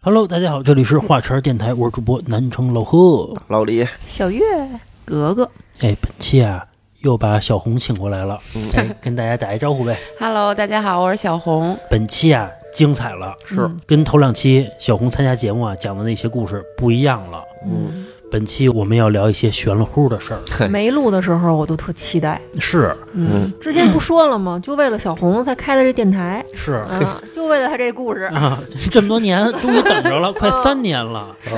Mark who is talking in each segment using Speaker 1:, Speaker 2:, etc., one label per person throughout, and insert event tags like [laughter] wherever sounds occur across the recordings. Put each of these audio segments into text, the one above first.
Speaker 1: Hello，大家好，这里是画圈电台，我是主播南城老贺。
Speaker 2: 老李，
Speaker 3: 小月、格格
Speaker 1: 哎，本期啊又把小红请过来了，
Speaker 2: [laughs]
Speaker 1: 哎，跟大家打一招呼呗。
Speaker 3: ，Hello，大家好，我是小红。
Speaker 1: 本期啊精彩了，
Speaker 2: 是嗯
Speaker 1: 跟头两期小红参加节目啊讲的那些故事不一样了。
Speaker 3: 嗯，
Speaker 1: 本期我们要聊一些玄了乎的事儿，
Speaker 4: 嗯没录的时候我都特期待，
Speaker 1: 是
Speaker 3: 嗯，
Speaker 4: 之前不说了吗？就为了小红才开的这电台
Speaker 1: 是
Speaker 4: 啊，就为了他这故事。
Speaker 1: 啊，这么多年终于等着了，快三年了。
Speaker 4: 是，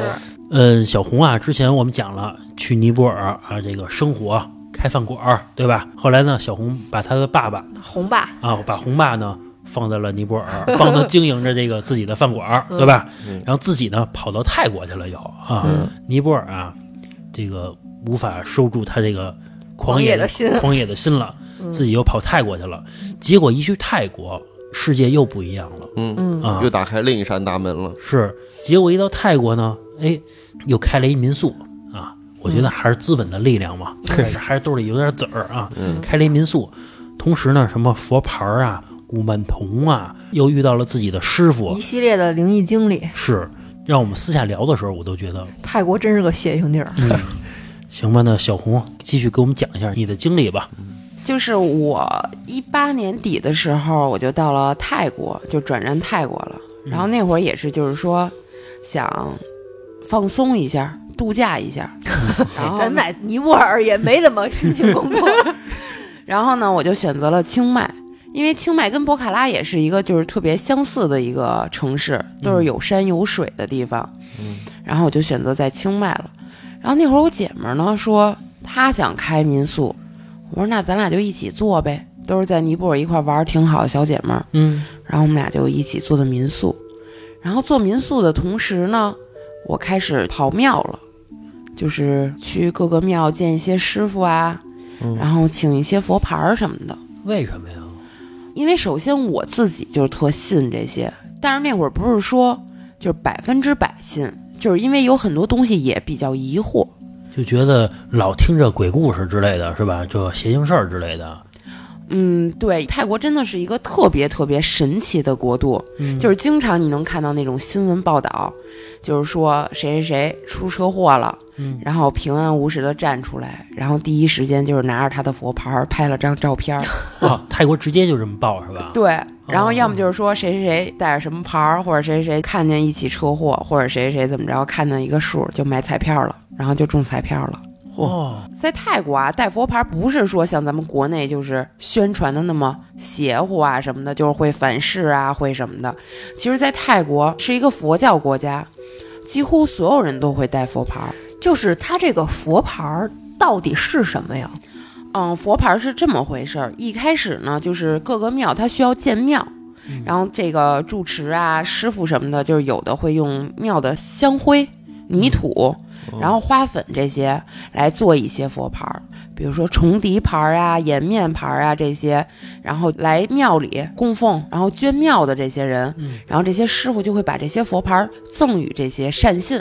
Speaker 1: 嗯，小红啊，之前我们讲了去尼泊尔啊，这个生活开饭馆儿，对吧？后来呢，小红把她的爸爸
Speaker 4: 红爸
Speaker 1: 啊，把红爸呢放在了尼泊尔，帮他经营着这个自己的饭馆儿，对吧？
Speaker 2: 嗯
Speaker 1: 然后自己呢跑到泰国去了又啊，
Speaker 2: 嗯
Speaker 1: 尼泊尔啊，这个无法收住他这个狂
Speaker 4: 狂
Speaker 1: 野
Speaker 4: 野的心
Speaker 1: 狂野的心了，自己又跑泰国去了。结果一去泰国，世界又不一样了
Speaker 2: 嗯，
Speaker 1: 啊
Speaker 2: 又，打开另一扇大门了。
Speaker 1: 是。结果一到泰国呢，哎，又开了一民宿啊。我觉得还是资本的力量嘛，还是还是兜里有点子儿啊。
Speaker 2: 嗯
Speaker 1: 开了一民宿，同时呢，什么佛牌儿啊、古曼童啊，又遇到了自己的师傅
Speaker 4: 一，系列的灵异经历，
Speaker 1: 是让我们私下聊的时候，我都觉得，
Speaker 4: 泰国真是个血腥地儿。
Speaker 1: 嗯，行吧，那小红继续给我们讲一下你的经历吧。
Speaker 3: 就是我一八年底的时候，我就到了泰国，就转战泰国了。然后那会儿也是，就是说想放松一下，度假一下。然后
Speaker 4: 咱在尼泊尔也没怎么辛勤工 [laughs] 作，
Speaker 3: 然后呢，我就选择了清迈，因为清迈跟博卡拉也是一个就是特别相似的一个城市，都是有山有水的地方。
Speaker 2: 嗯，
Speaker 3: 然后我就选择在清迈了。然后那会儿我姐们儿呢说她想开民宿，我说那咱俩就一起做呗，都是在尼泊尔一块儿玩儿挺好的小姐们儿。
Speaker 1: 嗯
Speaker 3: 然后我们俩就一起做的民宿。然后做民宿的同时呢，我开始跑庙了，就是去各个庙见一些师傅啊，然后请一些佛牌儿什么的。
Speaker 1: 为什么呀？
Speaker 3: 因为首先我自己就是特信这些，但是那会儿不是说就是百分之百信，就是因为有很多东西也比较疑惑。
Speaker 1: 就觉得老听着鬼故事之类的是吧？这邪性事儿之类的，
Speaker 3: 嗯，对，泰国真的是一个特别特别神奇的国度，
Speaker 1: 嗯
Speaker 3: 就是经常你能看到那种新闻报道，就是说谁谁谁出车祸了，
Speaker 1: 嗯
Speaker 3: 然后平安无事的站出来，然后第一时间就是拿着他的佛牌儿拍了张照片儿，
Speaker 1: 啊，泰国直接就这么报是吧？
Speaker 3: 对，然后要么就是说谁谁谁带着什么牌儿，或者谁谁谁看见一起车祸，或者谁谁谁怎么着看见一个数就买彩票了，然后就中彩票了。
Speaker 1: 哦，
Speaker 3: 在泰国啊，带佛牌不是说像咱们国内就是宣传的那么邪乎啊什么的，就是会反噬啊，会什么的。其实，在泰国是一个佛教国家，几乎所有人都会带佛牌。
Speaker 4: 就是他这个佛牌儿到底是什么呀？
Speaker 3: 嗯，佛牌是这么回事儿。一开始呢，就是各个庙它需要建庙，然后这个住持啊、师傅什么的，就是有的会用庙的香灰、泥土，然后花粉这些来做一些佛牌儿，比如说重笛牌儿啊、颜面牌儿啊这些，然后来庙里供奉，然后捐庙的这些人，然后这些师傅就会把这些佛牌儿赠予这些善信。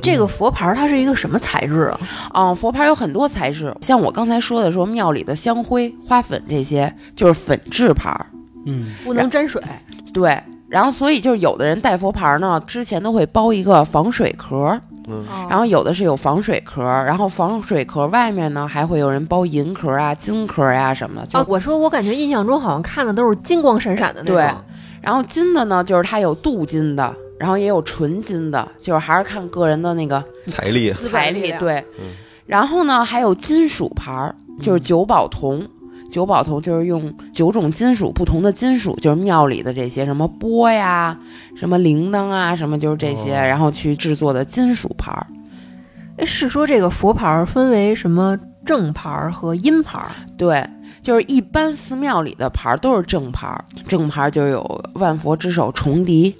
Speaker 4: 这个佛牌儿它是一个什么材质啊？
Speaker 3: 嗯，佛牌有很多材质，像我刚才说的说，庙里的香灰、花粉这些就是粉制牌儿。
Speaker 1: 嗯
Speaker 4: 不能沾水，
Speaker 3: 对，然后所以就是有的人带佛牌儿呢，之前都会包一个防水壳儿，然
Speaker 4: 然
Speaker 3: 后有的是有防水壳儿，然后防水壳儿外面呢还会有人包银壳儿啊、金壳儿啊什么的。就、
Speaker 4: 啊，我说我感觉印象中好像看的都是金光闪闪的那种。
Speaker 3: 对，然后金的呢，就是它有镀金的，然后也有纯金的，就是还是看个人的那个
Speaker 2: 财力，
Speaker 4: 资本
Speaker 3: 财
Speaker 4: 力
Speaker 3: 力
Speaker 4: 量
Speaker 3: 对
Speaker 2: 嗯。
Speaker 3: 然后呢，还有金属牌儿，就是九宝铜。九宝铜就是用九种金属，不同的金属，就是庙里的这些什么钵呀、什么铃铛啊、什么就是这些，
Speaker 1: 哦
Speaker 3: 然后去制作的金属牌儿。
Speaker 4: 哎，是说这个佛牌儿分为什么正牌儿和阴牌儿？
Speaker 3: 对，就是一般寺庙里的牌儿都是正牌儿，正牌儿就有万佛之首重笛，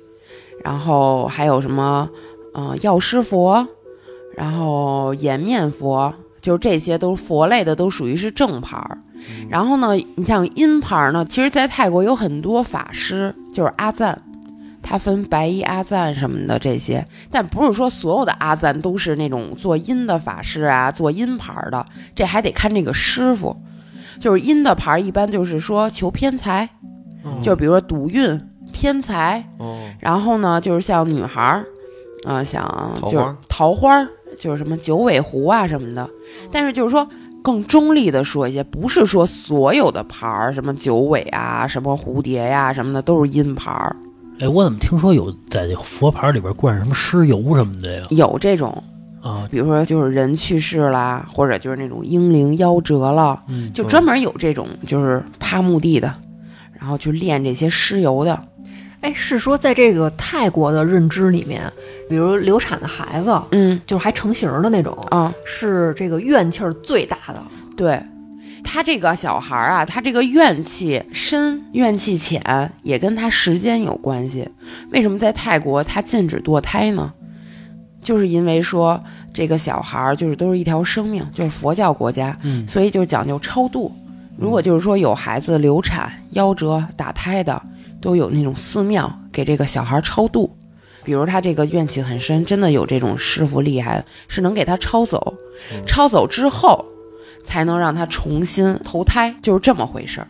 Speaker 3: 然后还有什么呃药师佛，然后颜面佛，就是这些都佛类的，都属于是正牌儿。然后呢，你像阴牌儿呢，其实，在泰国有很多法师，就是阿赞。他分白衣阿赞什么的这些，但不是说所有的阿赞都是那种做阴的法师啊，做阴牌儿的，这还得看这个师傅。就是阴的牌儿一般就是说求偏财，
Speaker 1: 哦
Speaker 3: 就比如说赌运、偏财，
Speaker 2: 哦，
Speaker 3: 然后呢，就是像女孩儿，啊、像
Speaker 2: 桃
Speaker 3: 就是
Speaker 2: 花
Speaker 3: 桃花儿，就是什么九尾狐啊什么的。但是就是说，更中立的说一些，不是说所有的牌儿，什么九尾啊，什么蝴蝶呀、什么的，都是阴牌儿，
Speaker 1: 哎，我怎么听说有在这佛牌里边灌什么尸油什么的呀？
Speaker 3: 有这种，
Speaker 1: 啊，
Speaker 3: 比如说就是人去世啦，或者就是那种英灵夭折了，
Speaker 1: 嗯，
Speaker 3: 就专门有这种就是趴墓地的，然后去练这些尸油的。
Speaker 4: 哎，是说在这个泰国的认知里面，比如流产的孩子，
Speaker 3: 嗯
Speaker 4: 就是还成型儿的那种，
Speaker 3: 啊。
Speaker 4: 是这个怨气儿最大的。
Speaker 3: 对，他这个小孩儿啊，他这个怨气深、怨气浅，也跟他时间有关系。为什么在泰国他禁止堕胎呢？就是因为说这个小孩儿就是都是一条生命，就是佛教国家，
Speaker 1: 嗯
Speaker 3: 所以就讲究超度。如果就是说有孩子流产、夭折、打胎的，都有那种寺庙给这个小孩超度。比如他这个怨气很深，真的有这种师傅厉害的，是能给他超走，超走之后才能让他重新投胎，就是这么回事儿。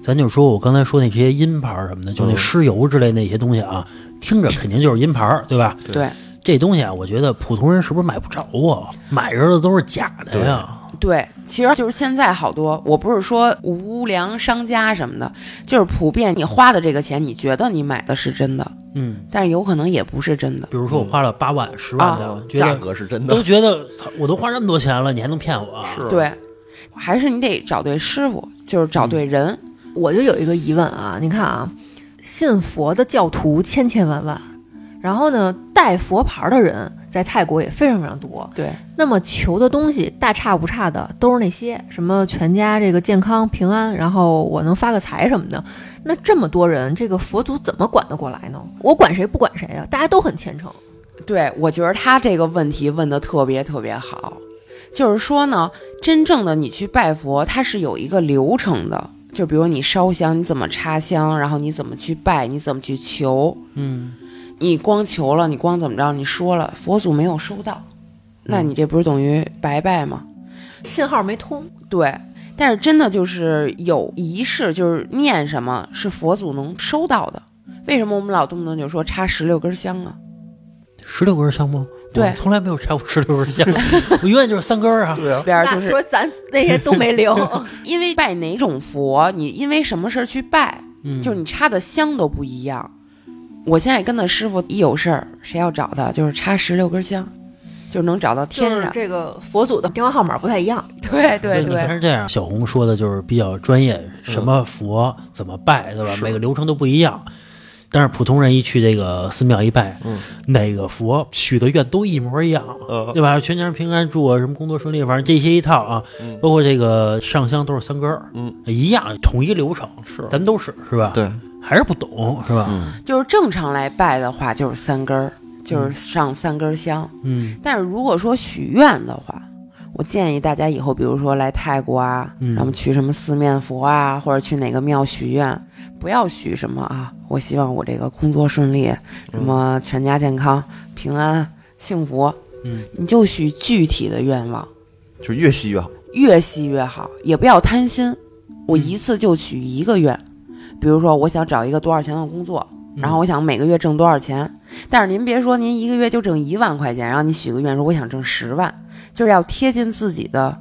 Speaker 1: 咱就说我刚才说那些阴牌什么的，就那
Speaker 2: 嗯
Speaker 1: 尸油之类那些东西啊，听着肯定就是阴牌，对吧？
Speaker 2: 对
Speaker 3: 对
Speaker 1: 这东西啊，我觉得普通人是不是买不着啊？买着的都是假的呀。
Speaker 3: 对，其实就是现在好多，我不是说无良商家什么的，就是普遍你花的这个钱，你觉得你买的是真的，
Speaker 1: 嗯，
Speaker 3: 但是有可能也不是真的。
Speaker 1: 比如说我花了八万、十万的，觉
Speaker 2: 嗯哎啊价
Speaker 1: 得
Speaker 2: 格是真
Speaker 1: 都
Speaker 2: 的，
Speaker 1: 觉得操我都花这么多钱了，你还能骗我？啊
Speaker 2: 是
Speaker 3: 对，还是你得找对师傅，就是找对人。
Speaker 4: 我就有一个疑问啊，你看啊，信佛的教徒千千万万，然后呢，带佛牌的人在泰国也非常非常多。
Speaker 3: 对，
Speaker 4: 那么求的东西大差不差的都是那些什么全家这个健康平安，然后我能发个财什么的。那这么多人，这个佛祖怎么管得过来呢？我管谁不管谁啊？大家都很虔诚。
Speaker 3: 对我觉得他这个问题问的特别特别好，就是说呢，真正的你去拜佛，它是有一个流程的。就比如你烧香，你怎么插香，然后你怎么去拜，你怎么去求，
Speaker 1: 嗯，
Speaker 3: 你光求了，你光怎么着，你说了，佛祖没有收到，那你这不是等于白拜吗？
Speaker 4: 信号没通，
Speaker 3: 对，但是真的就是有仪式，就是念什么是佛祖能收到的。为什么我们老动不动就说插十六根香啊？
Speaker 1: 十六根香吗？
Speaker 3: 对
Speaker 1: 我从来没有拆过十六
Speaker 2: [laughs]
Speaker 1: 根香，我永远就是三根啊。
Speaker 2: 对啊，
Speaker 3: 边儿就是
Speaker 4: 那说咱那些都没 [laughs] 灵。
Speaker 3: 因为拜哪种佛，你因为什么事儿去拜，
Speaker 1: 嗯，
Speaker 3: 就是你插的香都不一样。我现在跟他师傅一有事儿，谁要找他，就是插十六根香，就能找到天
Speaker 4: 就是
Speaker 3: 上。
Speaker 4: 这个佛祖的电话号码不太一样，
Speaker 1: [laughs]
Speaker 3: 对对
Speaker 1: 但
Speaker 3: 对
Speaker 1: 是这样，小红说的就是比较专业，什么佛怎么拜，对吧？
Speaker 2: 是
Speaker 1: 每个流程都不一样。但是普通人一去这个寺庙一拜，
Speaker 2: 嗯
Speaker 1: 哪个佛许的愿都一模一样，
Speaker 2: 呃
Speaker 1: 对吧？全家人平安，祝我什么工作顺利，反正这些一套啊，
Speaker 2: 嗯
Speaker 1: 包括这个上香都是三根儿，
Speaker 2: 嗯，
Speaker 1: 一样，统一流程，
Speaker 2: 是
Speaker 1: 咱们都是是吧？，
Speaker 2: 对，
Speaker 1: 还是不懂是吧？
Speaker 2: 嗯
Speaker 3: 就是正常来拜的话，就是三根儿，就是上三根儿香。
Speaker 1: 嗯
Speaker 3: 但是如果说许愿的话，我建议大家以后，比如说来泰国啊，
Speaker 1: 嗯
Speaker 3: 然后去什么四面佛啊，或者去哪个庙许愿，不要许什么啊，我希望我这个工作顺
Speaker 1: 嗯
Speaker 3: 利，什么全家健康、平安、幸福，
Speaker 1: 嗯，
Speaker 3: 你就许具体的愿望，
Speaker 2: 就越吸越好，
Speaker 3: 越细越好，也不要贪心，我
Speaker 1: 嗯
Speaker 3: 一次就许一个愿，比如说我想找一个多少钱的工作，
Speaker 1: 嗯
Speaker 3: 然后我想每个月挣多少钱，但是您别说您一个月就挣一万块钱，然后你许个愿说我想挣十万，就是要贴近自己的，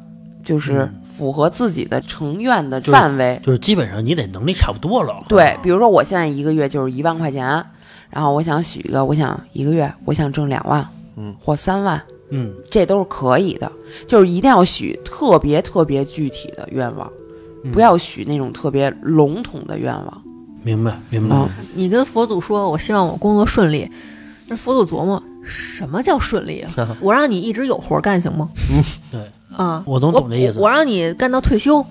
Speaker 3: 就是
Speaker 1: 嗯
Speaker 3: 符合自己的成愿的
Speaker 1: 就是
Speaker 3: 范围。
Speaker 1: 就是基本上你得能力差不多了。啊
Speaker 3: 对，比如说我现在一个月就是一万块钱，然后我想许一个，我想一个月我想挣两万，
Speaker 2: 嗯，
Speaker 3: 或三万，
Speaker 1: 嗯，
Speaker 3: 这都是可以的，就是一定要许特别特别具体的愿望，
Speaker 1: 嗯
Speaker 3: 不要许那种特别笼统的愿望。
Speaker 1: 明白明白。
Speaker 3: 嗯，
Speaker 4: 你跟佛祖说，我希望我工作顺利，那佛祖琢磨什么叫顺利 [laughs] 啊？我让你一直有活干行吗？
Speaker 1: 对，
Speaker 4: 啊，
Speaker 1: 我能懂这意思
Speaker 4: 我。我让你干到退休，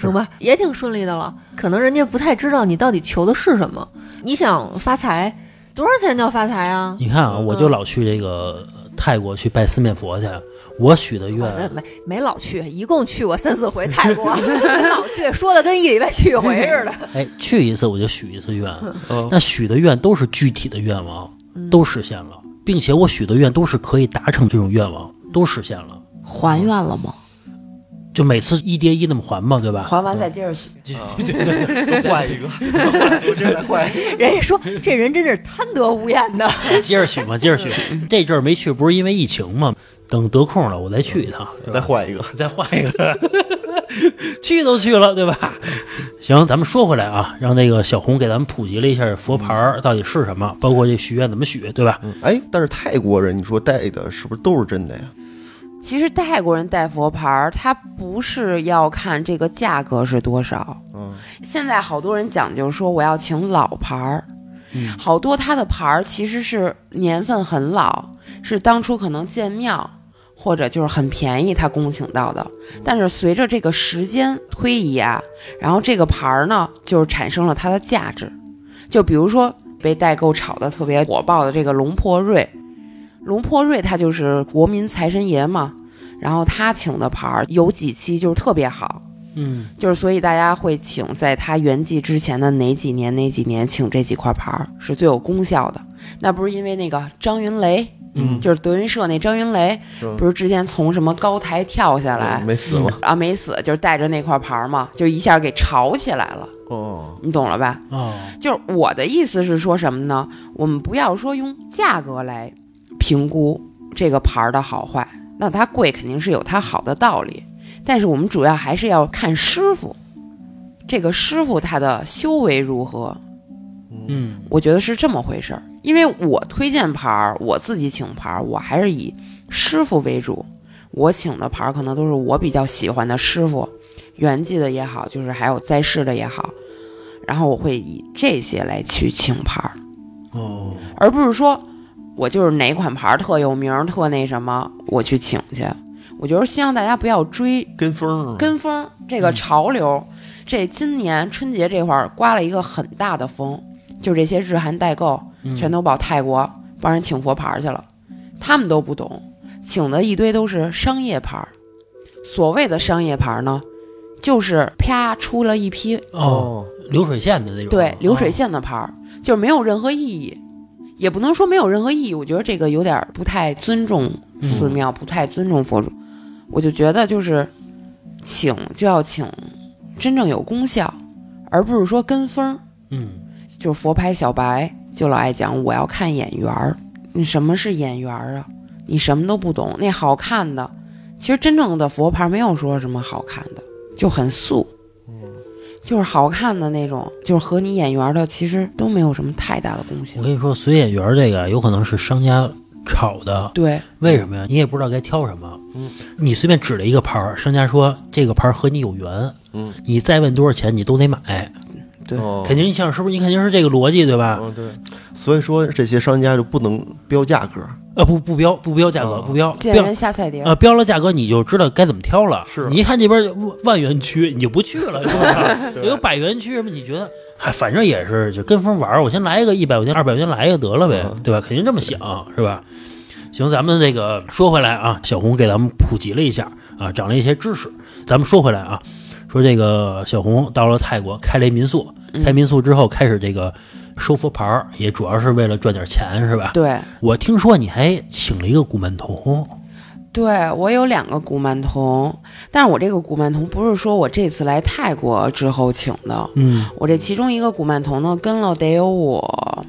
Speaker 4: 行吧，也挺顺利的了。可能人家不太知道你到底求的是什么。你想发财，多少钱叫发财啊？
Speaker 1: 你看啊，我就老去这个泰国去拜四面佛去，我许的
Speaker 4: 没
Speaker 1: 愿，
Speaker 4: 没没老去，一共去过三四回泰
Speaker 1: [laughs]
Speaker 4: 国，没老去，说的跟一礼拜去一回似的。
Speaker 1: 哎，去一次我就许一次愿，
Speaker 2: 嗯
Speaker 1: [laughs] 那许的愿都是具体的愿望，都实现了，并且我许的愿都是可以达成这种愿望，都实现了。
Speaker 3: 还愿了吗？
Speaker 1: 就每次一叠一那么还嘛，对吧？ [laughs]
Speaker 3: 还完再接着许。
Speaker 2: 换一个，我这来换一个。
Speaker 4: 人家说这人真是贪得无厌的，
Speaker 1: 接着许嘛，接着许。这阵儿没去，不是因为疫情嘛？等得空了，我再去一趟，对
Speaker 2: 再
Speaker 1: 吧？
Speaker 2: 换一个，
Speaker 1: 再换一个， [laughs] 去都去了，对吧？行，咱们说回来啊，让那个小红给咱们普及了一下佛牌儿到底是什么，包括这许愿怎么许，对吧？
Speaker 2: 哎，但是泰国人，你说戴的是不是都是真的呀？
Speaker 3: 其实泰国人戴佛牌儿，他不是要看这个价格是多少。
Speaker 2: 嗯，
Speaker 3: 现在好多人讲究说我要请老牌儿，
Speaker 1: 嗯
Speaker 3: 好多他的牌儿其实是年份很老，是当初可能建庙或者就是很便宜他供请到的。但是随着这个时间推移啊，然后这个牌儿呢就是产生了它的价值。就比如说被代购炒得特别火爆的这个龙珀瑞，龙珀瑞他就是国民财神爷嘛，然后他请的牌儿有几期就是特别好，
Speaker 1: 嗯，
Speaker 3: 就是所以大家会请在他圆寂之前的哪几年哪几年请这几块牌儿是最有功效的。那不是因为那个张云雷，
Speaker 2: 嗯
Speaker 3: 就是德云社那张云雷
Speaker 2: 嗯，
Speaker 3: 不是之前从什么高台跳下来
Speaker 2: 没死吗？
Speaker 3: 啊没死，就是带着那块牌儿嘛，就一下给炒起来了，
Speaker 2: 哦，
Speaker 3: 你懂了吧？
Speaker 1: 哦，
Speaker 3: 就是我的意思是说什么呢？我们不要说用价格来评估这个牌儿的好坏，那它贵肯定是有它好的道理，但是我们主要还是要看师傅，这个师傅他的修为如何，
Speaker 1: 嗯
Speaker 3: 我觉得是这么回事儿。因为我推荐牌儿，我自己请牌儿，我还是以师傅为主，我请的牌儿可能都是我比较喜欢的师傅，圆寂的也好，就是还有在世的也好，然后我会以这些来去请牌儿。
Speaker 1: 哦，
Speaker 3: 而不是说我就是哪款牌儿特有名儿、特那什么，我去请去。我觉得希望大家不要追
Speaker 2: 跟风儿
Speaker 3: 跟风儿这个潮流。这今年春节这块儿刮了一个很大的风，就这些日韩代购
Speaker 1: 嗯
Speaker 3: 全都跑泰国帮人请佛牌儿去了，他们都不懂，请的一堆都是商业牌儿。所谓的商业牌儿呢，就是啪出了一批
Speaker 1: 哦，，流水线的那种，
Speaker 3: 对，流水
Speaker 1: 哦
Speaker 3: 线的牌儿、就是没有任何意义，也不能说没有任何意义。我觉得这个有点儿不太尊重寺庙，不太尊重佛祖。我就觉得就是请就要请真正有功效，而不是说跟风儿。
Speaker 1: 嗯，
Speaker 3: 就是佛牌小白就老爱讲我要看眼缘儿，你什么是眼缘儿啊？你什么都不懂。那好看的，其实真正的佛牌没有说什么好看的，就很素。
Speaker 1: 嗯
Speaker 3: 就是好看的那种，就是和你眼缘儿的，其实都没有什么太大的贡
Speaker 1: 我
Speaker 3: 献。
Speaker 1: 跟你说，随眼缘儿这个有可能是商家炒的，
Speaker 3: 对，
Speaker 1: 为什么呀？
Speaker 3: 嗯
Speaker 1: 你也不知道该挑什么。嗯，你随便指了一个牌儿，商家说这个牌儿和你有缘。
Speaker 2: 嗯，
Speaker 1: 你再问多少钱，你都得买。
Speaker 3: 对
Speaker 2: 哦
Speaker 1: 肯定你想是不是？你肯定是这个逻辑对吧？
Speaker 2: 嗯，对，所以说这些商家就不能标价格，
Speaker 1: 啊，不不标不标价格
Speaker 2: 哦
Speaker 1: 不标
Speaker 3: 见
Speaker 1: 标
Speaker 3: 人下菜碟儿。
Speaker 1: 啊标了价格你就知道该怎么挑了。
Speaker 2: 是
Speaker 1: 你一看这边万万元区你就不去了，是吧？有百元区什么？你觉得哎，反正也是就跟风玩儿，我先来一个一百块钱、二百块钱来一个得了呗，
Speaker 2: 嗯
Speaker 1: 对吧？肯定这么想是吧？行，咱们这个说回来啊，小红给咱们普及了一下啊，长了一些知识。咱们说回来啊，说这个小红到了泰国开了一民宿，开民宿之后开始这个收佛牌儿，也主要是为了赚点钱，是吧？
Speaker 3: 对，
Speaker 1: 我听说你还请了一个古曼童，
Speaker 3: 对我有两个古曼童，但是我这个古曼童不是说我这次来泰国之后请的，
Speaker 1: 嗯，
Speaker 3: 我这其中一个古曼童呢，跟了得有我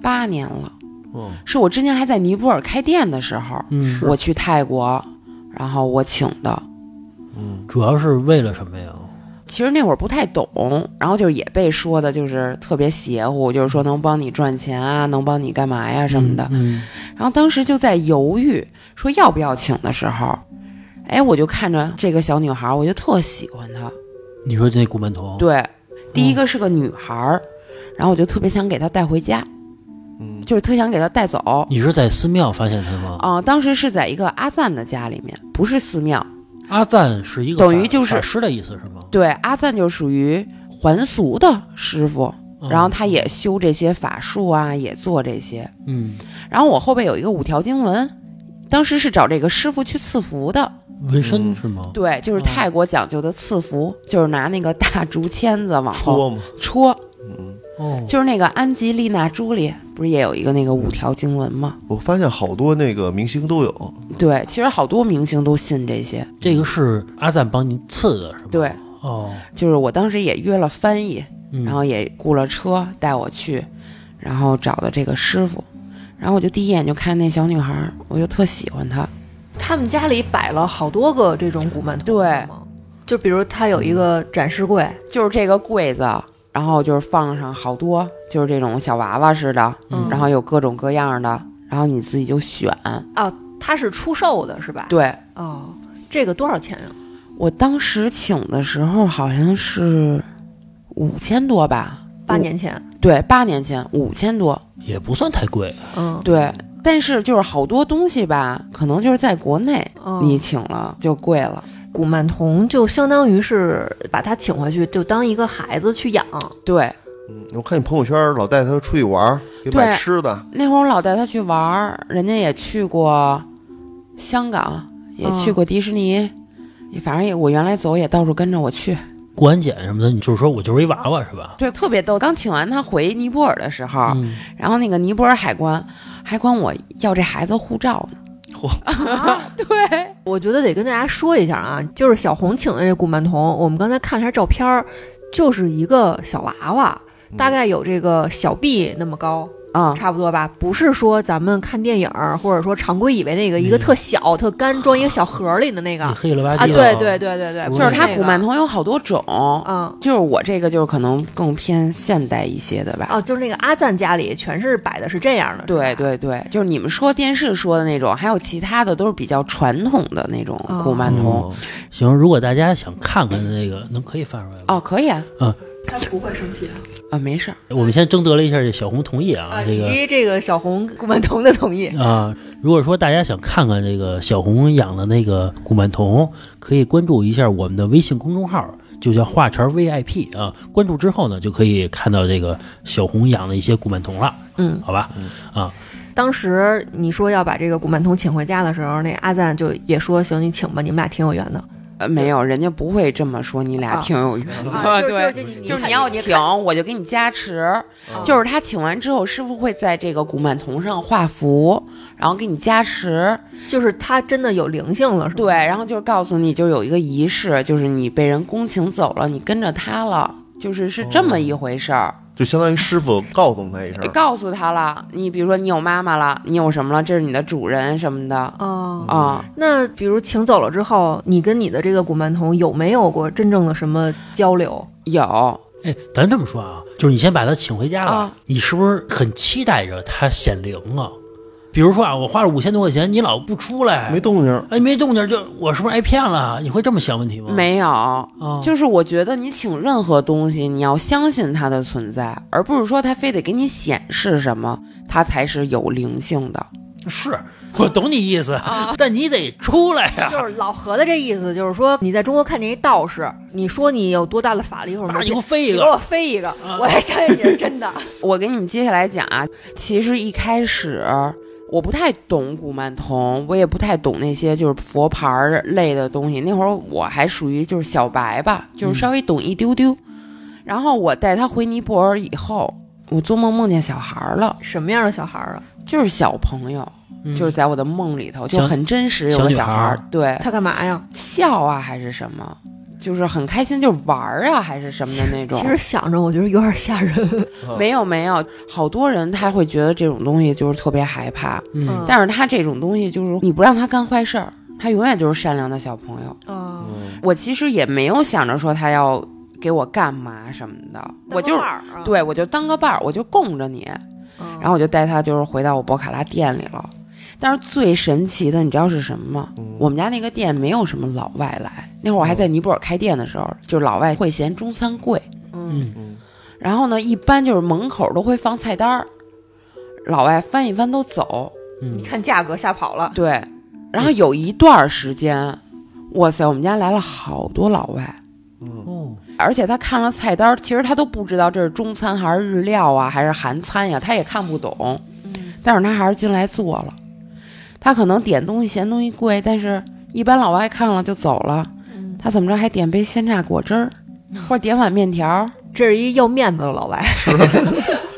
Speaker 3: 八年了。
Speaker 2: 嗯，
Speaker 3: 是我之前还在尼泊尔开店的时候，
Speaker 1: 嗯
Speaker 3: 我去泰国，然后我请的。
Speaker 1: 主要是为了什么呀？
Speaker 3: 其实那会儿不太懂，然后就是也被说的，就是特别邪乎，就是说能帮你赚钱啊，能帮你干嘛呀什么的。
Speaker 1: 嗯，
Speaker 3: 然后当时就在犹豫说要不要请的时候，哎，我就看着这个小女孩儿，我就特喜欢她。
Speaker 1: 你说这古曼童，
Speaker 3: 对，第一个是个女孩儿，然后我就特别想给她带回家，
Speaker 2: 嗯
Speaker 3: 就是特想给她带走。
Speaker 1: 你是在寺庙发现他吗？
Speaker 3: 啊、当时是在一个阿赞的家里面，不是寺庙，
Speaker 1: 阿赞是一个
Speaker 3: 等于
Speaker 1: 法
Speaker 3: 就是
Speaker 1: 法师的意思是吗？
Speaker 3: 对，阿赞就属于还俗的师傅，
Speaker 1: 嗯
Speaker 3: 然后他也修这些法术啊，也做这些。
Speaker 1: 嗯，
Speaker 3: 然后我后背有一个五条经文，当时是找这个师傅去赐福的。
Speaker 1: 纹身
Speaker 2: 嗯
Speaker 1: 是吗？
Speaker 3: 对，就是泰国讲究的赐福，就是拿那个大竹签子往后
Speaker 2: 搓嘛，
Speaker 3: 戳，
Speaker 2: 嗯，
Speaker 1: 哦，
Speaker 3: 就是那个安吉丽娜朱莉不是也有一个那个五条经文吗？
Speaker 2: 我发现好多那个明星都有，
Speaker 3: 对，其实好多明星都信这些。
Speaker 1: 这个是阿赞帮您刺的是吧？
Speaker 3: 对，
Speaker 1: 哦，
Speaker 3: 就是我当时也约了翻译，
Speaker 1: 嗯
Speaker 3: 然后也雇了车带我去，然后找的这个师傅，然后我就第一眼就看那小女孩儿，我就特喜欢她。
Speaker 4: [laughs] 他们家里摆了好多个这种古曼童，
Speaker 3: 对
Speaker 4: 是吗，就比如他有一个展示柜，
Speaker 3: 就是这个柜子，然后就是放上好多，就是这种小娃娃似的，
Speaker 1: 嗯
Speaker 3: 然后有各种各样的，然后你自己就选。
Speaker 4: 他是出售的，是吧？，
Speaker 3: 对
Speaker 4: 哦，这个多少钱啊呀、
Speaker 3: 我当时请的时候好像是五千多吧，
Speaker 4: 八年前，
Speaker 3: 五对，八年前五千多，
Speaker 1: 也不算太贵，
Speaker 4: 嗯，
Speaker 3: 对。但是就是好多东西吧，可能就是在国内
Speaker 4: 嗯
Speaker 3: 你请了就贵了，
Speaker 4: 古曼童就相当于是把他请回去，就当一个孩子去养，
Speaker 3: 对。
Speaker 2: 嗯，我看你朋友圈老带他出去玩儿，给买
Speaker 3: 对
Speaker 2: 吃的，
Speaker 3: 那会儿我老带他去玩儿，人家也去过香港，也去过迪士尼，反正也我原来走也到处跟着我去，
Speaker 1: 过安检什么的，你就是说我就是一娃娃是吧？
Speaker 3: 对，特别逗。刚请完他回尼泊尔的时候，
Speaker 1: 嗯，
Speaker 3: 然后那个尼泊尔海关还管我要这孩子护照呢。
Speaker 4: 啊 [laughs] 我觉得得跟大家说一下啊，就是小红请的这古曼童，我们刚才看了一下照片儿，就是一个小娃娃，大概有这个小臂那么高，
Speaker 3: 啊、
Speaker 4: [laughs] 差不多吧。不是说咱们看电影儿或者说常规以为那个一个特小特干装一个小盒儿里的那个
Speaker 1: 你黑了吧
Speaker 4: 啊，
Speaker 1: 唧
Speaker 4: 对对对对对，
Speaker 1: 不
Speaker 3: 就是它
Speaker 4: 那
Speaker 3: 古
Speaker 4: 个
Speaker 3: 曼，童有好多种，
Speaker 4: 嗯。
Speaker 3: 就是我这个就是可能更偏现代一些的吧。
Speaker 4: 哦，就是那个阿赞家里全是摆的是这样的，是吧
Speaker 3: 对，对对，就是你们说电视说的那种，还有其他的都是比较传统的那种古曼童。
Speaker 2: 哦
Speaker 1: 行，如果大家想看看那个，能可以放出来吗？
Speaker 3: 哦，可以啊，
Speaker 4: 他不会生气
Speaker 3: 啊，没事儿。
Speaker 1: 我们先征得了一下这小红同意啊，
Speaker 4: 啊，
Speaker 1: 这
Speaker 4: 以
Speaker 1: 个。
Speaker 4: 及这个小红古曼童的同意，
Speaker 1: 啊，如果说大家想看看这个小红养的那个古曼童，可以关注一下我们的微信公众号，就叫“画茬 VIP” 啊。关注之后呢，就可以看到这个小红养的一些古曼童了，
Speaker 4: 嗯，
Speaker 1: 好吧？
Speaker 4: 当时你说要把这个古曼童请回家的时候，那阿赞就也说：“行，你请吧，你们俩挺有缘的。
Speaker 3: 呃，没有，人家不会这么说，你俩
Speaker 4: 啊
Speaker 3: 挺有缘的。
Speaker 2: 嗯
Speaker 3: 对，
Speaker 4: 是你
Speaker 3: 就是你要
Speaker 4: 请，
Speaker 3: 请，我就给你加持。
Speaker 1: 啊
Speaker 3: 就是他请完之后，师傅会在这个古曼童上画符，然后给你加持。
Speaker 4: 就是他真的有灵性了，是吧？
Speaker 3: 对，然后就是告诉你，就有一个仪式，就是你被人恭请走了，你跟着他了，就是是这么一回事儿。
Speaker 2: 就相当于师傅告诉他一声，
Speaker 3: 告诉他了，你比如说你有妈妈了，你有什么了，这是你的主人什么的啊。
Speaker 4: 哦，那比如请走了之后，你跟你的这个古曼童有没有过真正的什么交流？
Speaker 3: 有，
Speaker 1: 哎，咱这么说啊，就是你先把他请回家了，
Speaker 3: 啊
Speaker 1: 你是不是很期待着他显灵啊？比如说啊，我花了五千多块钱，你老不出来，
Speaker 2: 没动静，
Speaker 1: 哎没动静，就我是不是挨骗了？你会这么想问题吗？
Speaker 3: 没有，
Speaker 1: 啊，
Speaker 3: 就是我觉得你请任何东西，你要相信它的存在，而不是说它非得给你显示什么，它才是有灵性的。
Speaker 1: 是我懂你意思，
Speaker 3: 哦
Speaker 1: 但你得出来呀、
Speaker 4: 就是老何的这意思，就是说你在中国看见一道士，你说你有多大的法力或者
Speaker 1: 啊，你给我飞一
Speaker 4: 你
Speaker 1: 个啊
Speaker 4: 给，我飞一个，我还相信你是真的。
Speaker 3: 我给你们接下来讲啊，其实一开始我不太懂古曼童，我也不太懂那些就是佛牌儿类的东西。那会儿我还属于就是小白吧，就是稍微懂一丢丢。然后我带他回尼泊尔以后，我做梦梦见小孩儿了，
Speaker 4: 什么样的小孩儿啊？
Speaker 3: 就是小朋友，
Speaker 1: 嗯
Speaker 3: 就是在我的梦里头就
Speaker 1: 小
Speaker 3: 很真实，有
Speaker 1: 小
Speaker 3: 个
Speaker 1: 女
Speaker 3: 小
Speaker 1: 孩
Speaker 3: 孩
Speaker 1: 儿
Speaker 3: 儿，对，
Speaker 4: 他干嘛呀？
Speaker 3: 笑啊还是什么，就是很开心，就是玩儿啊还是什么的那种。
Speaker 4: 其实想着，我觉得有点吓 [laughs] 人。
Speaker 3: 没有没有，好多人他会觉得这种东西就是特别害怕，
Speaker 1: 嗯
Speaker 4: 嗯
Speaker 3: 但是他这种东西就是你不让他干坏事儿，他永远就是善良的小朋友。
Speaker 4: 啊
Speaker 2: 嗯
Speaker 3: 我其实也没有想着说他要给我干嘛什么的，我就是对我就当个伴儿，我就供着你，
Speaker 4: 啊嗯，
Speaker 3: 然后我就带他就是回到我博卡拉店里了。但是最神奇的，你知道是什么吗？我们家那个店没有什么老外来，那会儿我还在尼泊尔开店的时候，就是老外会嫌中餐贵，
Speaker 4: 嗯
Speaker 2: 嗯
Speaker 3: 然后呢，一般就是门口都会放菜单儿，老外翻一翻都走。
Speaker 1: 嗯
Speaker 4: 你，看价格吓跑了，
Speaker 3: 对，然后有一段儿时间，哇塞，我们家来了好多老外，
Speaker 2: 嗯，
Speaker 1: 哦，
Speaker 3: 而且他看了菜单儿，其实他都不知道这是中餐还是日料啊，还是韩餐呀、他也看不懂，
Speaker 1: 嗯
Speaker 3: 但是他还是进来做了。他可能点东西嫌东西贵，但是一般老外看了就走了。
Speaker 1: 嗯
Speaker 3: 他怎么着还点杯鲜榨果汁儿，或者点碗面条儿。
Speaker 4: 这是一要面子的老外，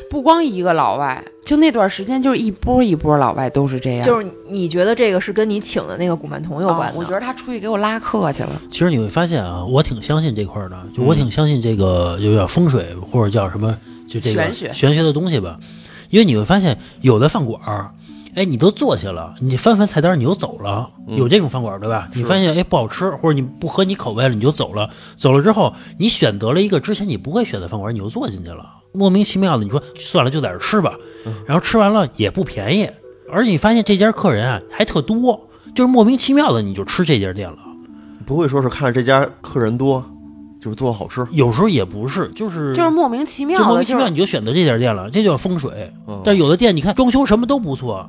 Speaker 3: 不光一个老外，就那段时间，就是一波一波老外都是这样。
Speaker 4: [laughs] 就是你你觉得这个是跟你请的那个古曼童有
Speaker 3: 啊
Speaker 4: 关的？
Speaker 3: 我觉得他出去给我拉客去了。
Speaker 1: 其实你会发现啊，我挺相信这块儿的，就
Speaker 3: 嗯
Speaker 1: 我挺相信这个，就叫风水或者叫什么，就这个
Speaker 3: 玄学
Speaker 1: 玄学的东西吧。因为你会发现，有的饭馆儿，哎，你都坐下了，你翻翻菜单，你又走了，
Speaker 3: 嗯
Speaker 1: 有这种饭馆儿对吧？你发现哎不好吃，或者你不合你口味了，你就走了。走了之后，你选择了一个之前你不会选的饭馆儿，你又坐进去了，莫名其妙的，你说算了，就在这儿吃吧。
Speaker 3: 嗯
Speaker 1: 然后吃完了也不便宜，而且你发现这家客人啊还特多，就是莫名其妙的你就吃这家店了。
Speaker 2: 不会说是看着这家客人多，就是做好吃。
Speaker 1: 有时候也不是，就是
Speaker 3: 就是莫名其妙
Speaker 1: 就莫
Speaker 3: 的，
Speaker 1: 名其
Speaker 3: 就
Speaker 1: 妙
Speaker 3: 是
Speaker 1: 你就选择这家店了，这就叫风水。
Speaker 2: 嗯
Speaker 1: 但有的店你看装修什么都不错，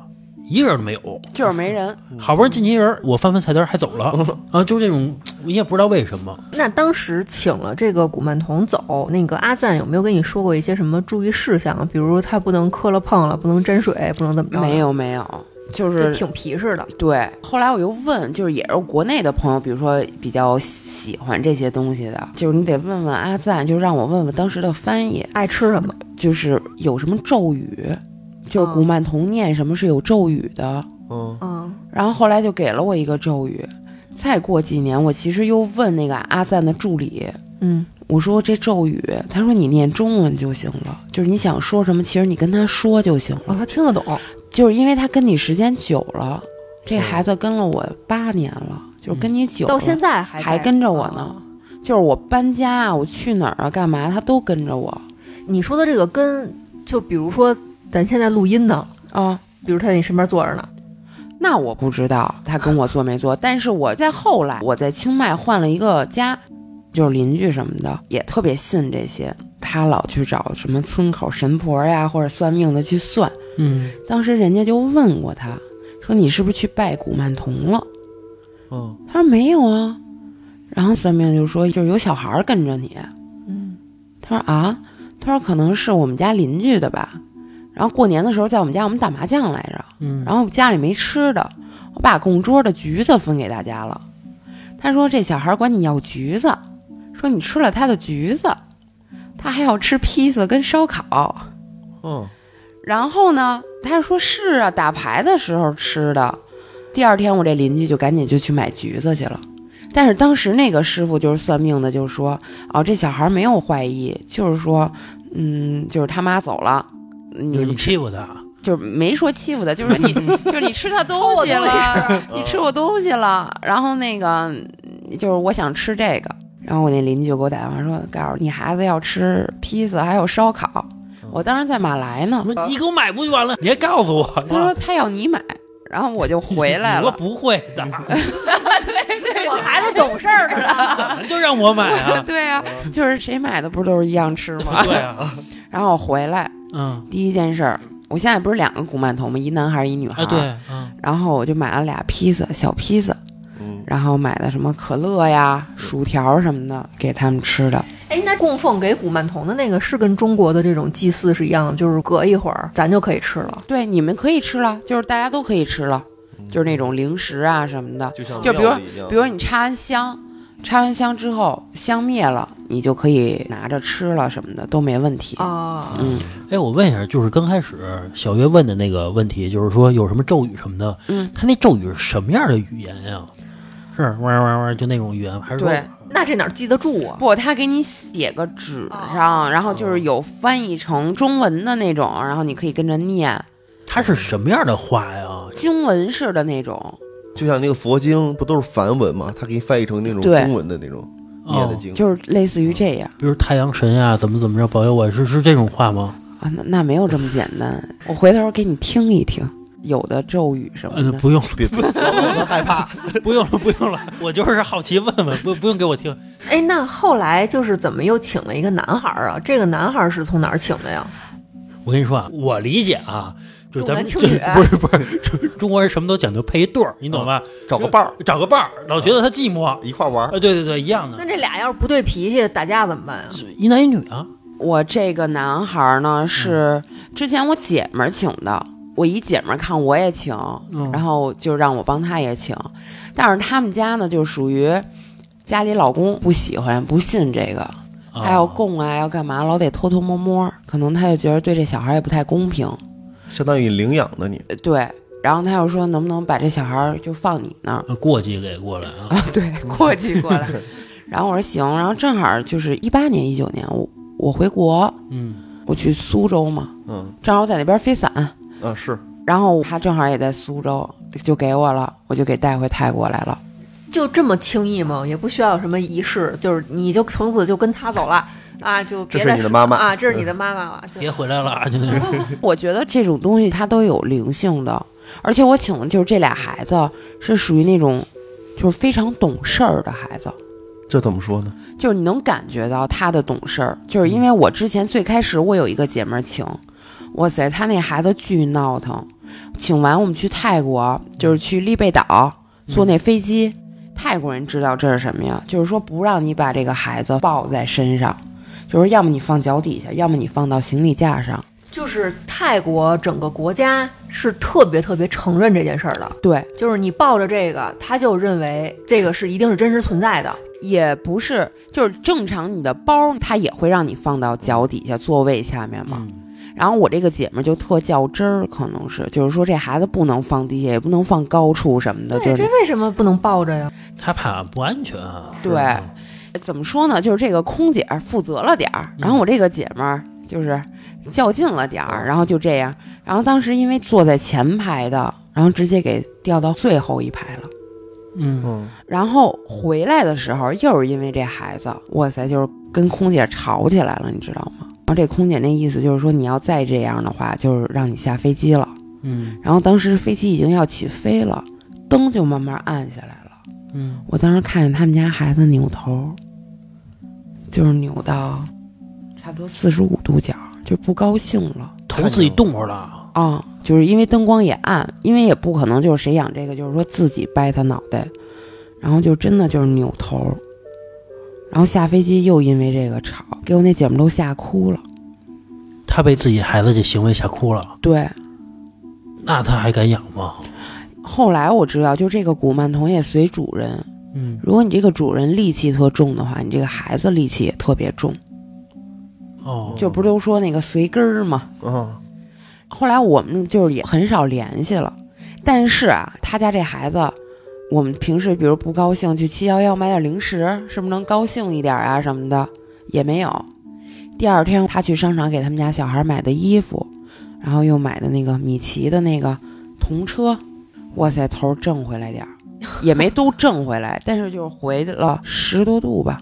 Speaker 1: 一个人都没有，
Speaker 3: 就是没人。
Speaker 1: 好不容易进去一人，我翻翻菜单还走了啊，就是这种你也不知道为什么。
Speaker 4: 那当时请了这个古曼童走，那个阿赞有没有跟你说过一些什么注意事项？啊比如他不能磕了碰了，不能沾水，不能怎么着？
Speaker 1: 嗯
Speaker 3: 没，有没有，就
Speaker 4: 就是挺皮实的。
Speaker 3: 对。后来我又问，就是也是国内的朋友，比如说比较喜欢这些东西的，就是你得问问阿赞，就让我问问当时的翻译，
Speaker 4: 爱吃什么？
Speaker 3: 就是有什么咒语，就
Speaker 4: 嗯
Speaker 3: 是古曼童念什么是有咒语的。
Speaker 2: 嗯，
Speaker 4: 嗯，
Speaker 3: 然后后来就给了我一个咒语。再过几年，我其实又问那个阿赞的助理，
Speaker 4: 嗯，
Speaker 3: 我说这咒语，他说你念中文就行了，就是你想说什么，其实你跟他说就行
Speaker 4: 哦，
Speaker 3: 了。
Speaker 4: 他听得懂，
Speaker 3: 就是因为他跟你时间久了，这孩子跟了我八年了，就是跟你久了，
Speaker 4: 嗯到现在哦还还
Speaker 3: 还跟着我呢就是我搬家啊，我去哪儿啊，干嘛，他都跟着我
Speaker 4: 你说的这个跟，就比如说咱现在录音呢，
Speaker 3: 啊。
Speaker 4: 比如他在你身边坐着呢，
Speaker 3: 那我不知道他跟我做没做，但是我在后来我在清迈换了一个家，就是邻居什么的也特别信这些，他老去找什么村口神婆呀或者算命的去算。
Speaker 1: 嗯，
Speaker 3: 当时人家就问过他，说你是不是去拜古曼童了？
Speaker 2: 嗯，
Speaker 3: 他说没有啊。然后算命就说就是有小孩儿跟着你。
Speaker 4: 嗯，
Speaker 3: 他说啊，他说可能是我们家邻居的吧。然后过年的时候在我们家我们打麻将来着，
Speaker 1: 嗯
Speaker 3: 然后家里没吃的，我把供桌的橘子分给大家了。他说这小孩管你要橘子，说你吃了他的橘子，他还要吃披萨跟烧烤。
Speaker 2: 嗯，
Speaker 3: 然后呢，他说是啊，打牌的时候吃的。第二天，我这邻居就赶紧就去买橘子去了。但是当时那个师傅就是算命的，就说哦，这小孩没有坏意，就是说，嗯，就是他妈走了，
Speaker 1: 就是
Speaker 3: 你
Speaker 1: 你
Speaker 3: 们
Speaker 1: 欺负他，
Speaker 3: 就是没说欺负他，就是说你就是你吃他东西了， [laughs] 你吃我东西了，然后那个就是我想吃这个，然后我那邻居就给我打电话说，告诉你孩子要吃披萨还有烧烤。我当时在马来呢，
Speaker 1: 我说你给我买不就完了？你还告诉我，
Speaker 3: 他说他要你买，然后我就回来
Speaker 1: 我
Speaker 3: 了。
Speaker 1: 不会
Speaker 3: [laughs]
Speaker 1: 的，
Speaker 4: 我孩子懂事儿的了。
Speaker 1: 怎么就让我买啊？
Speaker 3: [laughs] 对啊，就是谁买的不都是一样吃吗？
Speaker 1: 对啊，
Speaker 3: 然后我回来
Speaker 1: 嗯
Speaker 3: 第一件事儿，我现在不是两个古曼童吗？一男孩儿一女孩。
Speaker 1: 啊。对，嗯
Speaker 3: 然后我就买了俩披萨，小披萨，
Speaker 2: 嗯，
Speaker 3: 然后买的什么可乐呀、薯条什么的给他们吃的。
Speaker 4: 哎，那供奉给古曼童的那个是跟中国的这种祭祀是一样的，就是隔一会儿咱就可以吃了。
Speaker 3: 对，你们可以吃了，就是大家都可以吃了，
Speaker 1: 嗯
Speaker 3: 就是那种零食啊什么的。
Speaker 2: 就啊像
Speaker 3: 就比如
Speaker 2: 庙里一样
Speaker 3: 比如你插完香，插完香之后香灭了，你就可以拿着吃了什么的都没问题。
Speaker 4: 啊
Speaker 3: 嗯
Speaker 1: 哎，我问一下，就是刚开始小月问的那个问题，就是说有什么咒语什么的，
Speaker 3: 嗯，
Speaker 1: 他那咒语是什么样的语言呀？是哇哇哇，就那种语言，还是说
Speaker 3: 对
Speaker 4: 那这哪儿记得住啊？
Speaker 3: 不，他给你写个纸上，然后就是有翻译成中文的那种，然后你可以跟着念
Speaker 1: 它是什么样的话呀？
Speaker 3: 经文式的那种。
Speaker 2: 就像那个佛经不都是梵文嘛，他给你翻译成那种
Speaker 3: 对
Speaker 2: 中文的那种念的
Speaker 1: 哦，
Speaker 2: 经。
Speaker 3: 就是类似于这样
Speaker 1: 比如太阳神呀，怎么怎么着保佑我，是是这种话吗？
Speaker 3: 啊，那那没有这么简单。我回头给你听一听，有的咒语什么
Speaker 1: 嗯，
Speaker 3: 的。
Speaker 1: 不用了，
Speaker 2: 别别，我害怕。
Speaker 1: 不用了，不用了，我就是好奇问问，不不用给我听。
Speaker 4: 哎，那后来就是怎么又请了一个男孩儿啊？这个男孩儿是从哪儿请的呀？
Speaker 1: 我跟你说啊，我理解啊，就是咱们
Speaker 4: 重
Speaker 1: 就
Speaker 4: 男轻
Speaker 1: 是
Speaker 4: 女
Speaker 3: 啊
Speaker 1: 不是不是中中国人什么都讲究配一对儿，你懂吧？
Speaker 2: 找个伴儿
Speaker 1: 找个伴儿，老觉得他寂寞。啊，
Speaker 2: 一块
Speaker 3: 嗯
Speaker 2: 玩儿。
Speaker 1: 对对对，一样
Speaker 4: 那
Speaker 1: 的，
Speaker 4: 这俩要是不对脾气打架怎么办呀？
Speaker 1: 一男一女啊。
Speaker 3: 我这个男孩呢是之前我姐们儿请的，我一姐们儿看我也请，
Speaker 1: 嗯
Speaker 3: 然后就让我帮他也请，但是他们家呢就属于家里老公不喜欢不信这个，
Speaker 1: 啊
Speaker 3: 他要供啊，要干嘛，老得偷偷摸摸，可能他就觉得对这小孩也不太公平，
Speaker 2: 相当于领养的你，
Speaker 3: 呃对，然后他又说能不能把这小孩儿就放你那儿？ [laughs]
Speaker 1: 啊过继给过来啊，
Speaker 3: 啊，对，过继过来。然后我说行，然后正好就是一八年、一九年，我我回国，
Speaker 1: 嗯，
Speaker 3: 我去苏州嘛，
Speaker 2: 嗯
Speaker 3: 正好我在那边飞伞，
Speaker 2: 啊是，
Speaker 3: 然后他正好也在苏州，就给我了，我就给带回泰国来了。
Speaker 4: 就这么轻易吗？也不需要什么仪式，就是你就从此就跟他走了啊，就别
Speaker 2: 这是
Speaker 4: 再
Speaker 2: 你的
Speaker 4: 说
Speaker 2: 妈妈
Speaker 4: 啊，这是你的妈妈了。就
Speaker 1: 别回来 [laughs] 了啊，就那种
Speaker 3: 我觉得这种东西它都有灵性的，而且我请的就是这俩孩子是属于那种就是非常懂事儿的孩子，
Speaker 2: 这怎么说呢？
Speaker 3: 就是你能感觉到他的懂事儿，就是因为我之前最开始我有一个姐妹儿请，哇塞，她那孩子巨闹腾，请完我们去泰国，就是去丽贝岛坐那飞机，泰国人知道这是什么呀？就是说不让你把这个孩子抱在身上，就是要么你放脚底下，要么你放到行李架上。
Speaker 4: 就是泰国整个国家是特别特别承认这件事儿的，
Speaker 3: 对，
Speaker 4: 就是你抱着这个，他就认为这个是一定是真实存在的。
Speaker 3: 也不是，就是正常你的包它也会让你放到脚底下座位下面嘛。
Speaker 1: 嗯
Speaker 3: 然后我这个姐们儿就特较真儿，可能是就是说这孩子不能放地下，也不能放高处什么的，
Speaker 4: 对，
Speaker 3: 就
Speaker 4: 哎这
Speaker 3: 是
Speaker 4: 为什么不能抱着呀？
Speaker 1: 他怕不安全啊，
Speaker 3: 对
Speaker 1: 是
Speaker 3: 怎么说呢？就是这个空姐儿负责了点儿，然后我这个姐们儿就是较劲了点儿，然后就这样。然后当时因为坐在前排的，然后直接给调到最后一排了。
Speaker 1: 嗯，
Speaker 2: 嗯，
Speaker 3: 然后回来的时候，又是因为这孩子，哇塞，就是跟空姐吵起来了，你知道吗？然后这空姐那意思就是说，你要再这样的话，就是让你下飞机了。
Speaker 1: 嗯
Speaker 3: 然后当时飞机已经要起飞了，灯就慢慢暗下来了。
Speaker 1: 嗯
Speaker 3: 我当时看见他们家孩子扭头，就是扭到差不多四十五度角，就不高兴了
Speaker 1: 嗯，头自己动会儿了，
Speaker 3: 啊！就是因为灯光也暗，因为也不可能就是谁养这个，就是说自己掰他脑袋，然后就真的就是扭头，然后下飞机又因为这个吵，给我那姐们都吓哭了。
Speaker 1: 他被自己孩子这行为吓哭了，
Speaker 3: 对，
Speaker 1: 那他还敢养吗？
Speaker 3: 后来我知道，就这个古曼童也随主人，
Speaker 1: 嗯，
Speaker 3: 如果你这个主人戾气特重的话，你这个孩子戾气也特别重，
Speaker 1: 哦，
Speaker 3: 就不都说那个随根儿吗？
Speaker 2: 啊，
Speaker 3: 后来我们就是也很少联系了，但是啊，他家这孩子，我们平时比如不高兴去七幺幺买点零食，是不是能高兴一点啊什么的，也没有。第二天他去商场给他们家小孩买的衣服，然后又买的那个米奇的那个童车，哇塞，头挣回来点儿，也没都挣回来，但是就是回了十多度吧，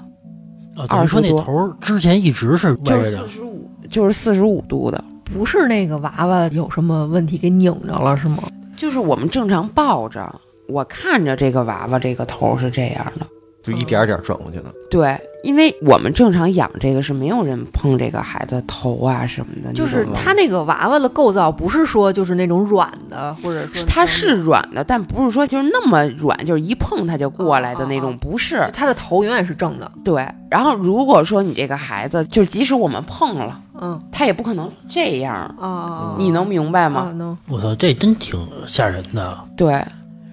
Speaker 1: 啊，等于说那
Speaker 3: 20多
Speaker 1: 头儿之前一直是歪
Speaker 3: 就
Speaker 1: 着
Speaker 3: 是
Speaker 1: 的
Speaker 3: 四，十五，就是四十五度的，
Speaker 4: 不是那个娃娃有什么问题给拧着了是吗？
Speaker 3: 就是我们正常抱着，我看着这个娃娃这个头是这样的。
Speaker 2: 就一点儿一点儿转过去的，
Speaker 3: 对，因为我们正常养这个是没有人碰这个孩子头啊什么的，
Speaker 4: 就是
Speaker 3: 你知道吗
Speaker 4: 它那个娃娃的构造，不是说就是那种软的，或者说
Speaker 3: 它是软的，但不是说就是那么软，就是一碰它就过来的那
Speaker 4: 哦哦
Speaker 3: 种，
Speaker 4: 哦
Speaker 3: 不是
Speaker 4: 就。它的头永远是正的，
Speaker 3: 嗯对，然后如果说你这个孩子，就是即使我们碰了，
Speaker 4: 嗯
Speaker 3: 他也不可能这样，
Speaker 4: 啊，
Speaker 3: 你能明白吗？
Speaker 4: 啊能
Speaker 1: 我操，这真挺吓人的，
Speaker 3: 对，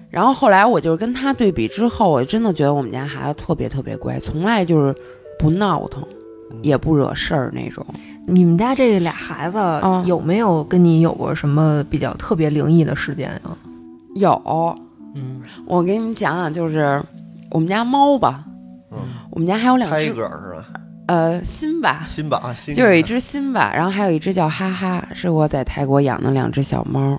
Speaker 3: 然后后来我就是跟他对比之后，我真的觉得我们家孩子特别特别乖，从来就是不闹腾，
Speaker 2: 嗯
Speaker 3: 也不惹事儿那种。
Speaker 4: 你们家这俩孩子
Speaker 3: 啊
Speaker 4: 有没有跟你有过什么比较特别灵异的事件啊？
Speaker 3: 有，
Speaker 1: 嗯，
Speaker 3: 我给你们讲讲，就是我们家猫吧，
Speaker 2: 嗯，
Speaker 3: 我们家还有两
Speaker 2: 开一
Speaker 3: 只，
Speaker 2: 个儿是吧？
Speaker 3: 呃，新吧，
Speaker 2: 新吧，啊新
Speaker 3: 就有一只新吧，然后还有一只叫哈哈，是我在泰国养的两只小猫。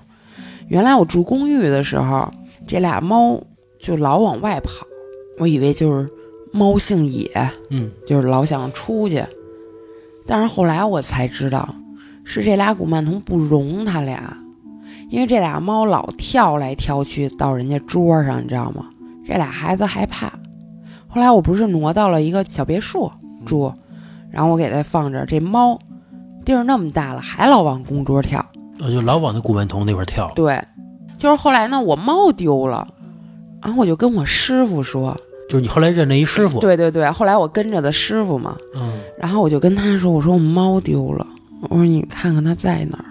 Speaker 3: 原来我住公寓的时候，这俩猫就老往外跑，我以为就是猫性野，
Speaker 1: 嗯，
Speaker 3: 就是老想出去。但是后来我才知道，是这俩古曼童不容他俩，因为这俩猫老跳来跳去到人家桌上，你知道吗？这俩孩子害怕。后来我不是挪到了一个小别墅住，然后我给它放着，这猫地儿那么大了，还老往公桌跳。
Speaker 1: 我就老往那古曼童那块儿跳，
Speaker 3: 对，就是后来呢，我猫丢了，然后我就跟我师傅说，
Speaker 1: 就是你后来认了一师傅，
Speaker 3: 对对对，后来我跟着的师傅嘛，
Speaker 1: 嗯，
Speaker 3: 然后我就跟他说：“我说我猫丢了，我说你看看它在哪儿。”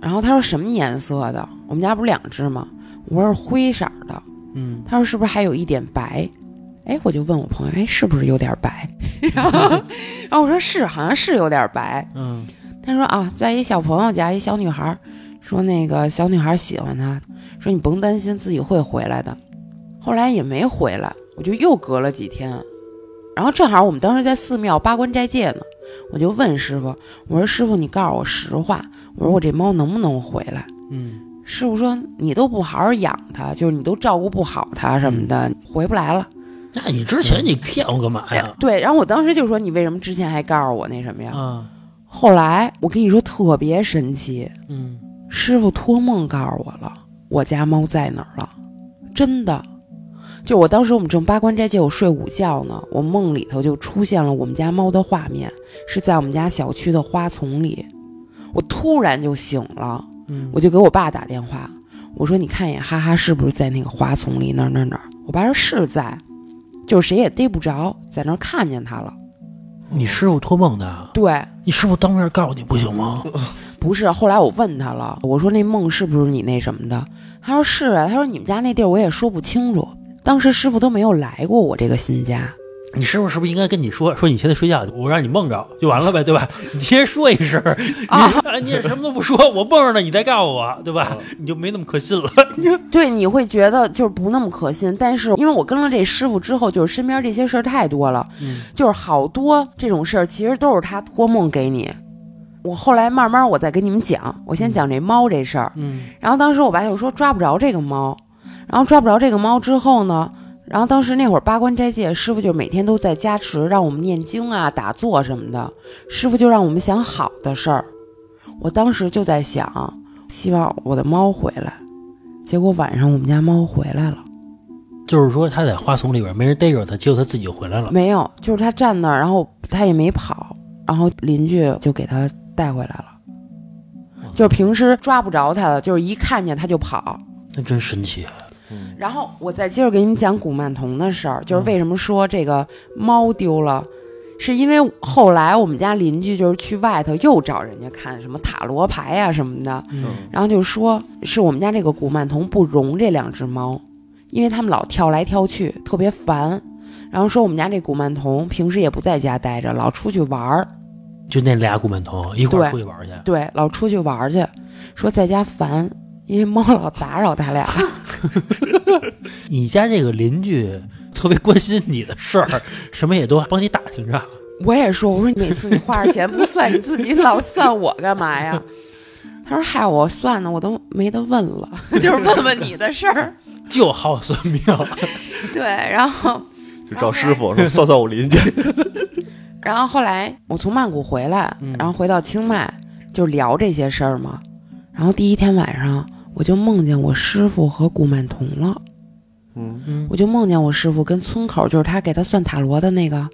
Speaker 3: 然后他说什么颜色的？我们家不是两只吗？我说是灰色儿的。
Speaker 1: 嗯
Speaker 3: 他说是不是还有一点白？哎，我就问我朋友，哎，是不是有点白？ [laughs] 然后，然后我说是，好像是有点白。
Speaker 1: 嗯
Speaker 3: 他说啊，在一小朋友家，一小女孩儿，说那个小女孩喜欢他，说你甭担心，自己会回来的。后来也没回来，我就又隔了几天，然后正好我们当时在寺庙八关斋戒呢，我就问师傅，我说师傅，你告诉我实话，我说我这猫能不能回来？
Speaker 1: 嗯，
Speaker 3: 师傅说你都不好好养它，就是你都照顾不好它什么的，回不来了。
Speaker 1: 那你之前你骗我干嘛嗯哎呀？
Speaker 3: 对，然后我当时就说你为什么之前还告诉我那什么呀？
Speaker 1: 啊，
Speaker 3: 后来我跟你说特别神奇，
Speaker 1: 嗯，
Speaker 3: 师傅托梦告诉我了，我家猫在哪儿了，真的。就我当时我们正八关斋戒，我睡午觉呢，我梦里头就出现了我们家猫的画面，是在我们家小区的花丛里，我突然就醒了，
Speaker 1: 嗯
Speaker 3: 我就给我爸打电话，我说你看一眼哈哈是不是在那个花丛里哪儿哪儿哪儿？我爸说是在，就是谁也逮不着，在那儿看见他了。
Speaker 1: 你师傅托梦的，啊
Speaker 3: 对，
Speaker 1: 你师傅当面告诉你不行吗？
Speaker 3: 不是，后来我问他了，我说那梦是不是你那什么的？他说是啊，他说你们家那地儿我也说不清楚，当时师傅都没有来过我这个新家。
Speaker 1: 你师傅是不是应该跟你说，说你现在睡觉，我让你梦着就完了呗，对 [laughs] 吧？你先说一声，你、啊、你也什么都不说，我梦着呢，你再告诉我，对吧？你就没那么可信了。
Speaker 3: 对，你会觉得就是不那么可信，但是因为我跟了这师傅之后，就是身边这些事儿太多了，
Speaker 1: 嗯
Speaker 3: 就是好多这种事儿其实都是他托梦给你。我后来慢慢我再跟你们讲，我先讲这猫这事儿。
Speaker 1: 嗯
Speaker 3: 然后当时我爸就说抓不着这个猫，然后抓不着这个猫之后呢，然后当时那会儿八关斋戒，师傅就每天都在加持，让我们念经啊、打坐什么的。师傅就让我们想好的事儿。我当时就在想，希望我的猫回来。结果晚上我们家猫回来了，
Speaker 1: 就是说他在花丛里边没人逮着他，结果他自己就回来了。
Speaker 3: 没有，就是它站那儿，然后它也没跑，然后邻居就给它带回来了。就是平时抓不着它的，就是一看见它就跑。
Speaker 1: 那真神奇啊！
Speaker 2: 嗯
Speaker 3: 然后我再接着给你们讲古曼童的事儿，就是为什么说这个猫丢了，是因为后来我们家邻居就是去外头又找人家看什么塔罗牌呀、什么的，
Speaker 2: 嗯
Speaker 3: 然后就说是我们家这个古曼童不容这两只猫，因为它们老跳来跳去，特别烦。然后说我们家这古曼童平时也不在家待着，老出去玩儿，
Speaker 1: 就那俩古曼童一块儿出去玩去，
Speaker 3: 对，老出去玩儿去，说在家烦，因为猫老打扰他俩。
Speaker 1: 你家这个邻居特别关心你的事儿，什么也都帮你打听着。
Speaker 3: 我也说，我说每次你花着钱不算你自己，老算我干嘛呀？ [laughs] 他说：“嗨，我算的我都没得问了，就是问问你的事儿。”
Speaker 1: 就好算命，
Speaker 3: 对，然后，
Speaker 2: 就找师傅说算算我邻居，
Speaker 3: 然后后来我从曼谷回来
Speaker 1: 嗯，
Speaker 3: 然后回到清迈，就聊这些事儿嘛。然后第一天晚上，我就梦见我师傅和古曼童了，
Speaker 2: 嗯，
Speaker 1: 嗯
Speaker 3: 我就梦见我师傅跟村口，就是他给他算塔罗的那个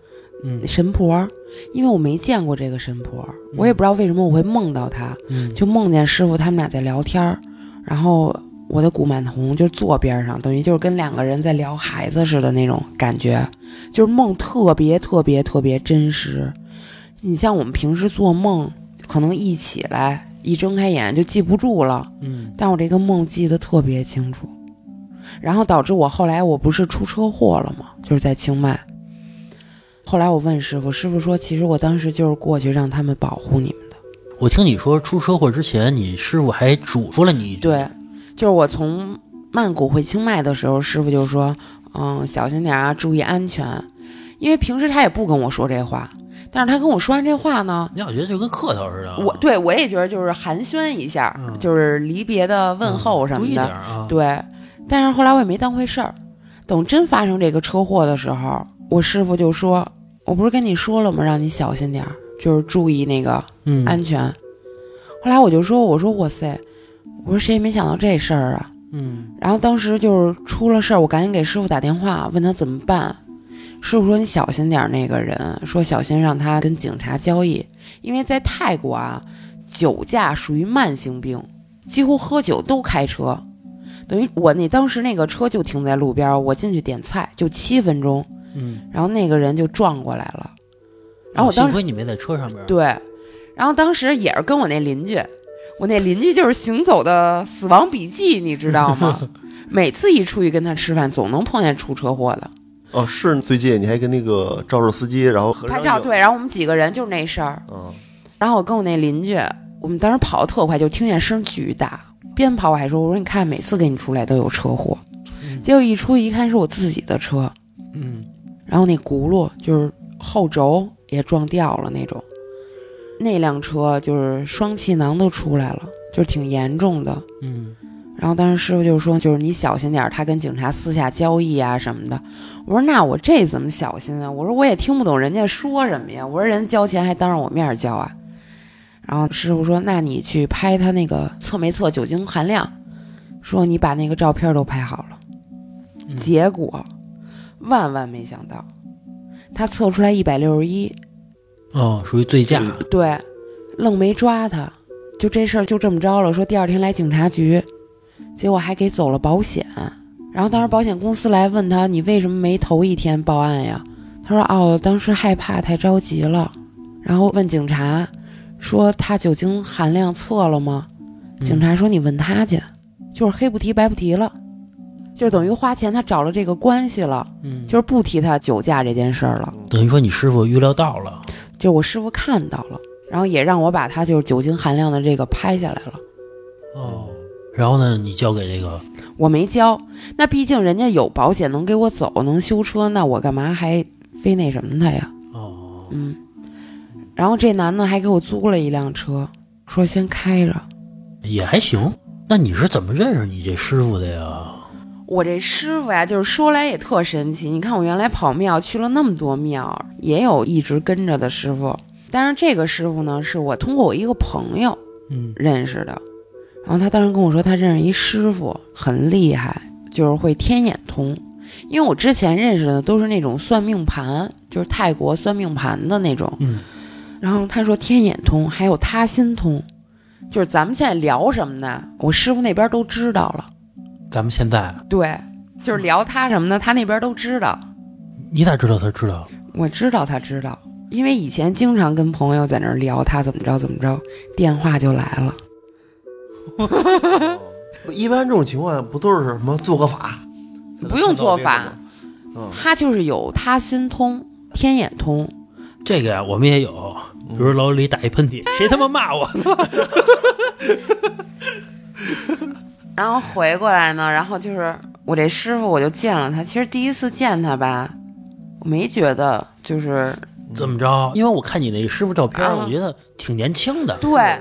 Speaker 1: 嗯
Speaker 3: 神婆，因为我没见过这个神婆，我也不知道为什么我会梦到她。
Speaker 1: 嗯，
Speaker 3: 就梦见师傅他们俩在聊天儿，然后我的古曼童就坐边上，等于就是跟两个人在聊孩子似的那种感觉，就是梦特别特别特别真实。你像我们平时做梦，可能一起来一睁开眼就记不住了，
Speaker 1: 嗯
Speaker 3: 但我这个梦记得特别清楚，然后导致我后来我不是出车祸了吗？就是在清迈。后来我问师傅，师傅说其实我当时就是过去让他们保护你们。
Speaker 1: 我听你说出车祸之前，你师傅还嘱咐了你一句，
Speaker 3: 对，就是我从曼谷回清迈的时候，师傅就说：“嗯，小心点啊，注意安全。”因为平时他也不跟我说这话，但是他跟我说完这话呢，
Speaker 1: 你老觉得就跟客套似的啊。
Speaker 3: 我对我也觉得就是寒暄一下，
Speaker 1: 嗯
Speaker 3: 就是离别的问
Speaker 1: 嗯
Speaker 3: 候什
Speaker 1: 注意
Speaker 3: 么
Speaker 1: 点
Speaker 3: 的。
Speaker 1: 儿啊。
Speaker 3: 对，但是后来我也没当回事儿。等真发生这个车祸的时候，我师傅就说：“我不是跟你说了吗？让你小心点儿，就是注意那个
Speaker 1: 嗯，
Speaker 3: 安全。后来我就说：“我说哇塞，我说谁也没想到这事儿啊。”
Speaker 1: 嗯
Speaker 3: 然后当时就是出了事儿，我赶紧给师傅打电话，问他怎么办。师傅说：“你小心点儿，那个人说小心让他跟警察交易，因为在泰国啊，酒驾属于慢性病，几乎喝酒都开车。等于我那当时那个车就停在路边儿，我进去点菜就七分钟，
Speaker 1: 嗯，
Speaker 3: 然后那个人就撞过来了。然后我当
Speaker 1: 幸
Speaker 3: 时
Speaker 1: 亏你没在车上边。，
Speaker 3: 对，然后当时也是跟我那邻居，我那邻居就是行走的死亡笔记，你知道吗？每次一出去跟他吃饭，总能碰见出车祸的。
Speaker 2: 哦，是最近你还跟那个肇事司机然后合
Speaker 3: 拍
Speaker 2: 上
Speaker 3: 照
Speaker 2: 影
Speaker 3: 对，然后我们几个人就是那事儿。
Speaker 2: 啊，
Speaker 3: 然后我跟我那邻居，我们当时跑的特快，就听见声巨大。边跑我还说：“我说你看，每次跟你出来都有车祸。”结果一出去一看是我自己的车，
Speaker 1: 嗯，
Speaker 3: 然后那轱辘就是后轴也撞掉了那种。那辆车就是双气囊都出来了，就是挺严重的。
Speaker 1: 嗯，
Speaker 3: 然后当时师傅就说：“就是你小心点儿，他跟警察私下交易啊什么的。”我说：“那我这怎么小心啊？”我说：“我也听不懂人家说什么呀。”我说：“人交钱还当着我面儿交啊？”然后师傅说：“那你去拍他那个测没测酒精含量，说你把那个照片都拍好了。
Speaker 1: 嗯
Speaker 3: 结果万万没想到，他测出来一百六十一，
Speaker 1: 哦，属于醉驾，
Speaker 3: 对，愣没抓他，就这事儿就这么着了。说第二天来警察局，结果还给走了保险。然后当时保险公司来问他，你为什么没头一天报案呀？他说哦，当时害怕太着急了。然后问警察，说他酒精含量测了吗？
Speaker 1: 嗯
Speaker 3: 警察说你问他去，就是黑不提白不提了，就是等于花钱他找了这个关系了，
Speaker 1: 嗯，
Speaker 3: 就是不提他酒驾这件事儿了。
Speaker 1: 等于说你师傅预料到了，
Speaker 3: 就我师傅看到了，然后也让我把他就是酒精含量的这个拍下来了。
Speaker 1: 哦，然后呢，你交给这个，
Speaker 3: 我没交，那毕竟人家有保险能给我走，能修车，那我干嘛还非那什么他呀？
Speaker 1: 哦，
Speaker 3: 嗯。然后这男的还给我租了一辆车，说先开着。
Speaker 1: 也还行。那你是怎么认识你这师傅的呀？
Speaker 3: 我这师傅呀，就是说来也特神奇。你看我原来跑庙去了那么多庙，也有一直跟着的师傅，但是这个师傅呢，是我通过我一个朋友
Speaker 1: 嗯
Speaker 3: 认识的。然后他当时跟我说，他认识一师傅很厉害，就是会天眼通。因为我之前认识的都是那种算命盘，就是泰国算命盘的那种。
Speaker 1: 嗯
Speaker 3: 然后他说天眼通还有他心通，就是咱们现在聊什么呢？我师傅那边都知道了。
Speaker 1: 咱们现在
Speaker 3: 对，就是聊他什么呢？他那边都知道，
Speaker 1: 你咋知道他知道？
Speaker 3: 我知道他知道，因为以前经常跟朋友在那儿聊他怎么着怎么着，电话就来了。
Speaker 2: 一般这种情况不都是什么做个法？
Speaker 3: 不用做法
Speaker 2: 嗯，
Speaker 3: 他就是有他心通、天眼通，
Speaker 1: 这个呀，我们也有，比如老李打一喷嚏，谁他妈骂我？
Speaker 3: 然后回过来呢，然后就是我这师傅，我就见了他。其实第一次见他吧，我没觉得就是
Speaker 1: 怎么着？嗯因为我看你那师傅照片，
Speaker 3: 啊
Speaker 1: 我觉得挺年轻的。
Speaker 3: 对，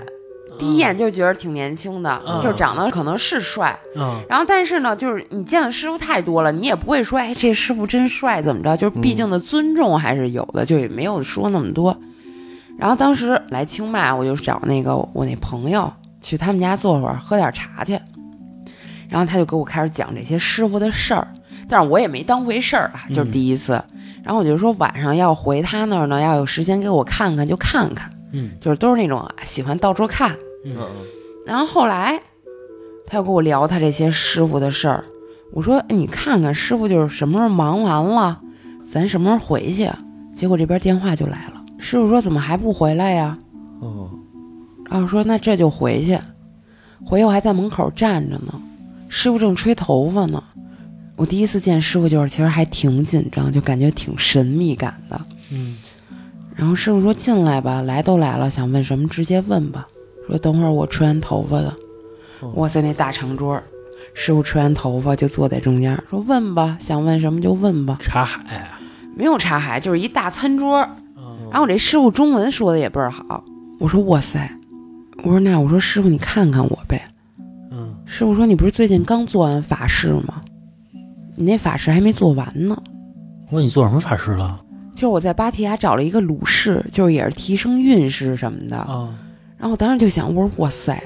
Speaker 3: 第一眼就觉得挺年轻的，
Speaker 1: 嗯
Speaker 3: 就是长得可能是帅。
Speaker 1: 嗯，
Speaker 3: 然后但是呢，就是你见的师傅太多了，你也不会说哎这师傅真帅怎么着，就是毕竟的尊重还是有的，就也没有说那么多。然后当时来清迈，我就找那个我那朋友去他们家坐会儿，喝点茶去。然后他就给我开始讲这些师傅的事儿，但是我也没当回事儿啊，就是第一次。然后我就说晚上要回他那儿呢，要有时间给我看看就看看，
Speaker 1: 嗯，
Speaker 3: 就是都是那种喜欢到处看。
Speaker 2: 嗯，
Speaker 3: 然后后来，他又跟我聊他这些师傅的事儿。我说：“哎你看看师傅就是什么时候忙完了，咱什么时候回去？”啊结果这边电话就来了，师傅说：“怎么还不回来呀
Speaker 2: 嗯嗯，？”
Speaker 3: 然后我说：“那这就回去。”回去我还在门口站着呢，师傅正吹头发呢。我第一次见师傅，就是其实还挺紧张，就感觉挺神秘感的。
Speaker 1: 嗯，
Speaker 3: 然后师傅说：“进来吧，来都来了，想问什么直接问吧。”说：“等会儿我吹完头发的。”哇塞，那大长桌儿，师傅吹完头发就坐在中间儿，说：“问吧，想问什么就问吧。
Speaker 1: 茶海。”啊
Speaker 3: 没有茶海，就是一大餐桌儿。
Speaker 1: 嗯
Speaker 3: 然后我这师傅中文说的也倍儿好，我说：“哇塞！”我说：“那我说师傅你看看我呗。
Speaker 1: 嗯”
Speaker 3: 师傅说：“你不是最近刚做完法事吗？你那法事还没做完呢。”
Speaker 1: 我说你做什么法事了？
Speaker 3: 就是我在芭提雅找了一个鲁氏，就是也是提升运势什么的。
Speaker 1: 啊，
Speaker 3: 然后我当时就想，我说哇塞，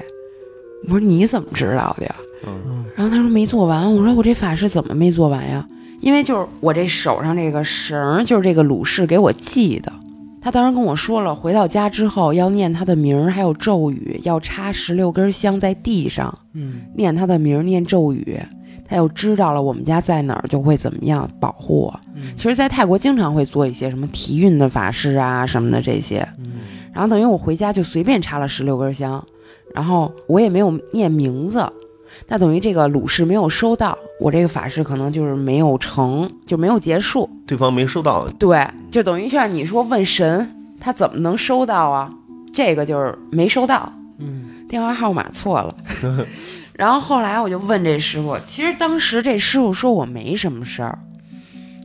Speaker 3: 我说你怎么知道的呀？
Speaker 2: 嗯
Speaker 1: 嗯
Speaker 3: 然后他说没做完，我说我这法事怎么没做完呀？因为就是我这手上这个绳儿，就是这个鲁氏给我系的。他当时跟我说了，回到家之后要念他的名儿，还有咒语，要插十六根香在地上，
Speaker 1: 嗯
Speaker 3: 念他的名儿，念咒语。他又知道了我们家在哪儿，就会怎么样保护我。
Speaker 1: 嗯
Speaker 3: 其实，在泰国经常会做一些什么提运的法事啊什么的这些。
Speaker 1: 嗯
Speaker 3: 然后等于我回家就随便插了十六根香，然后我也没有念名字，那等于这个鲁氏没有收到，我这个法事可能就是没有成就没有结束。
Speaker 2: 对方没收到，
Speaker 3: 对，就等于像你说问神，他怎么能收到啊？这个就是没收到，
Speaker 1: 嗯
Speaker 3: 电话号码错了。然后后来我就问这师傅，其实当时这师傅说我没什么事儿，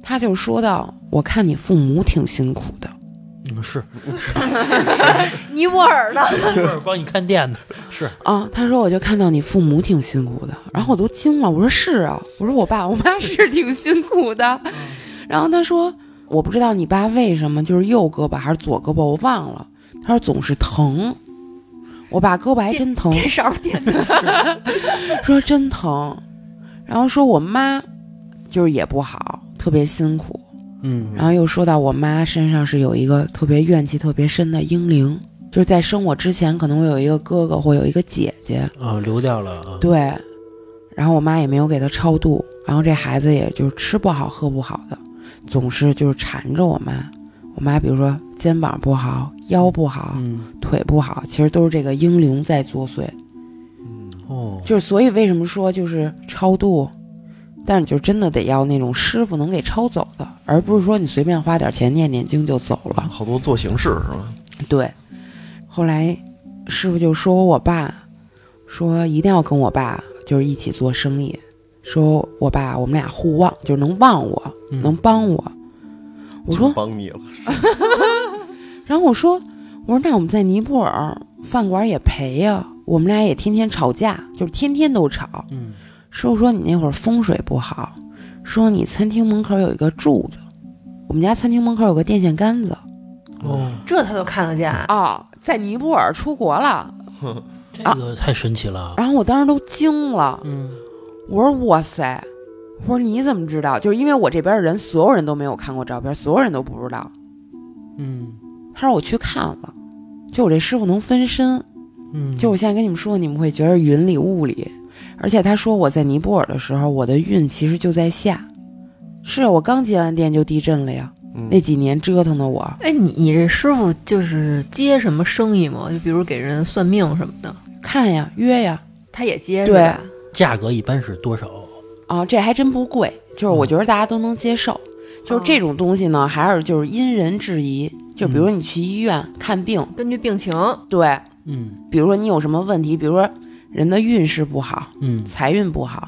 Speaker 3: 他就说到我看你父母挺辛苦的，
Speaker 1: 嗯是，
Speaker 4: 尼泊尔的，
Speaker 1: 是帮你看店的，是
Speaker 3: 啊，他说我就看到你父母挺辛苦的，然后我都惊了，我说是啊，我说我爸我妈是挺辛苦的，然后他说我不知道你爸为什么就是右胳膊还是左胳膊我忘了，他说总是疼，我爸胳膊还真疼，
Speaker 4: [laughs] 电勺电的，
Speaker 3: 说真疼，然后说我妈就是也不好，特别辛苦，
Speaker 1: 嗯
Speaker 3: 然后又说到我妈身上是有一个特别怨气特别深的婴灵，就是在生我之前可能会有一个哥哥或有一个姐姐。
Speaker 1: 啊流掉了啊，
Speaker 3: 对，然后我妈也没有给他超度，然后这孩子也就是吃不好喝不好的，总是就是缠着我妈。我妈比如说肩膀不好、腰不好、
Speaker 1: 嗯
Speaker 3: 腿不好，其实都是这个婴灵在作祟。
Speaker 1: 哦，
Speaker 3: 就是所以为什么说就是超度，但是就真的得要那种师傅能给超走的，而不是说你随便花点钱念念经就走了。
Speaker 2: 好多做形式是吧？
Speaker 3: 对，后来师傅就说我爸，说一定要跟我爸就是一起做生意，说我爸我们俩互望，就是能望我，
Speaker 1: 嗯
Speaker 3: 能帮我。我
Speaker 2: 就
Speaker 3: 说，
Speaker 2: 帮你了，
Speaker 3: 然后我说，我说那我们在尼泊尔饭馆也赔呀、我们俩也天天吵架，就是天天都吵。
Speaker 1: 嗯
Speaker 3: 师傅说你那会儿风水不好，说你餐厅门口有一个柱子，我们家餐厅门口有个电线杆子
Speaker 1: 哦，
Speaker 4: 这他都看得见。啊
Speaker 3: 哦，在尼泊尔出国了。
Speaker 1: 这个啊太神奇了，
Speaker 3: 然后我当时都惊了，
Speaker 1: 嗯
Speaker 3: 我说哇塞，我说你怎么知道？就是因为我这边的人，所有人都没有看过照片，所有人都不知道。
Speaker 1: 嗯
Speaker 3: 他说我去看了，就我这师傅能分身，
Speaker 1: 嗯，
Speaker 3: 就我现在跟你们说，你们会觉得云里雾里。而且他说我在尼泊尔的时候，我的运其实就在下。是啊我刚结完店就地震了呀，
Speaker 2: 嗯
Speaker 3: 那几年折腾的我，
Speaker 4: 哎，你你这师傅就是接什么生意吗？就比如给人算命什么的，
Speaker 3: 看呀约呀，
Speaker 4: 他也接
Speaker 3: 对
Speaker 4: 是吧？
Speaker 1: 价格一般是多少？
Speaker 3: 啊，这还真不贵，就是我觉得大家都能接受。就是这种东西呢，还是就是因人制宜。就比如你去医院看病，
Speaker 4: 根据病情，
Speaker 3: 对，
Speaker 1: 嗯
Speaker 3: 比如说你有什么问题，比如说人的运势不好，
Speaker 1: 嗯
Speaker 3: 财运不好，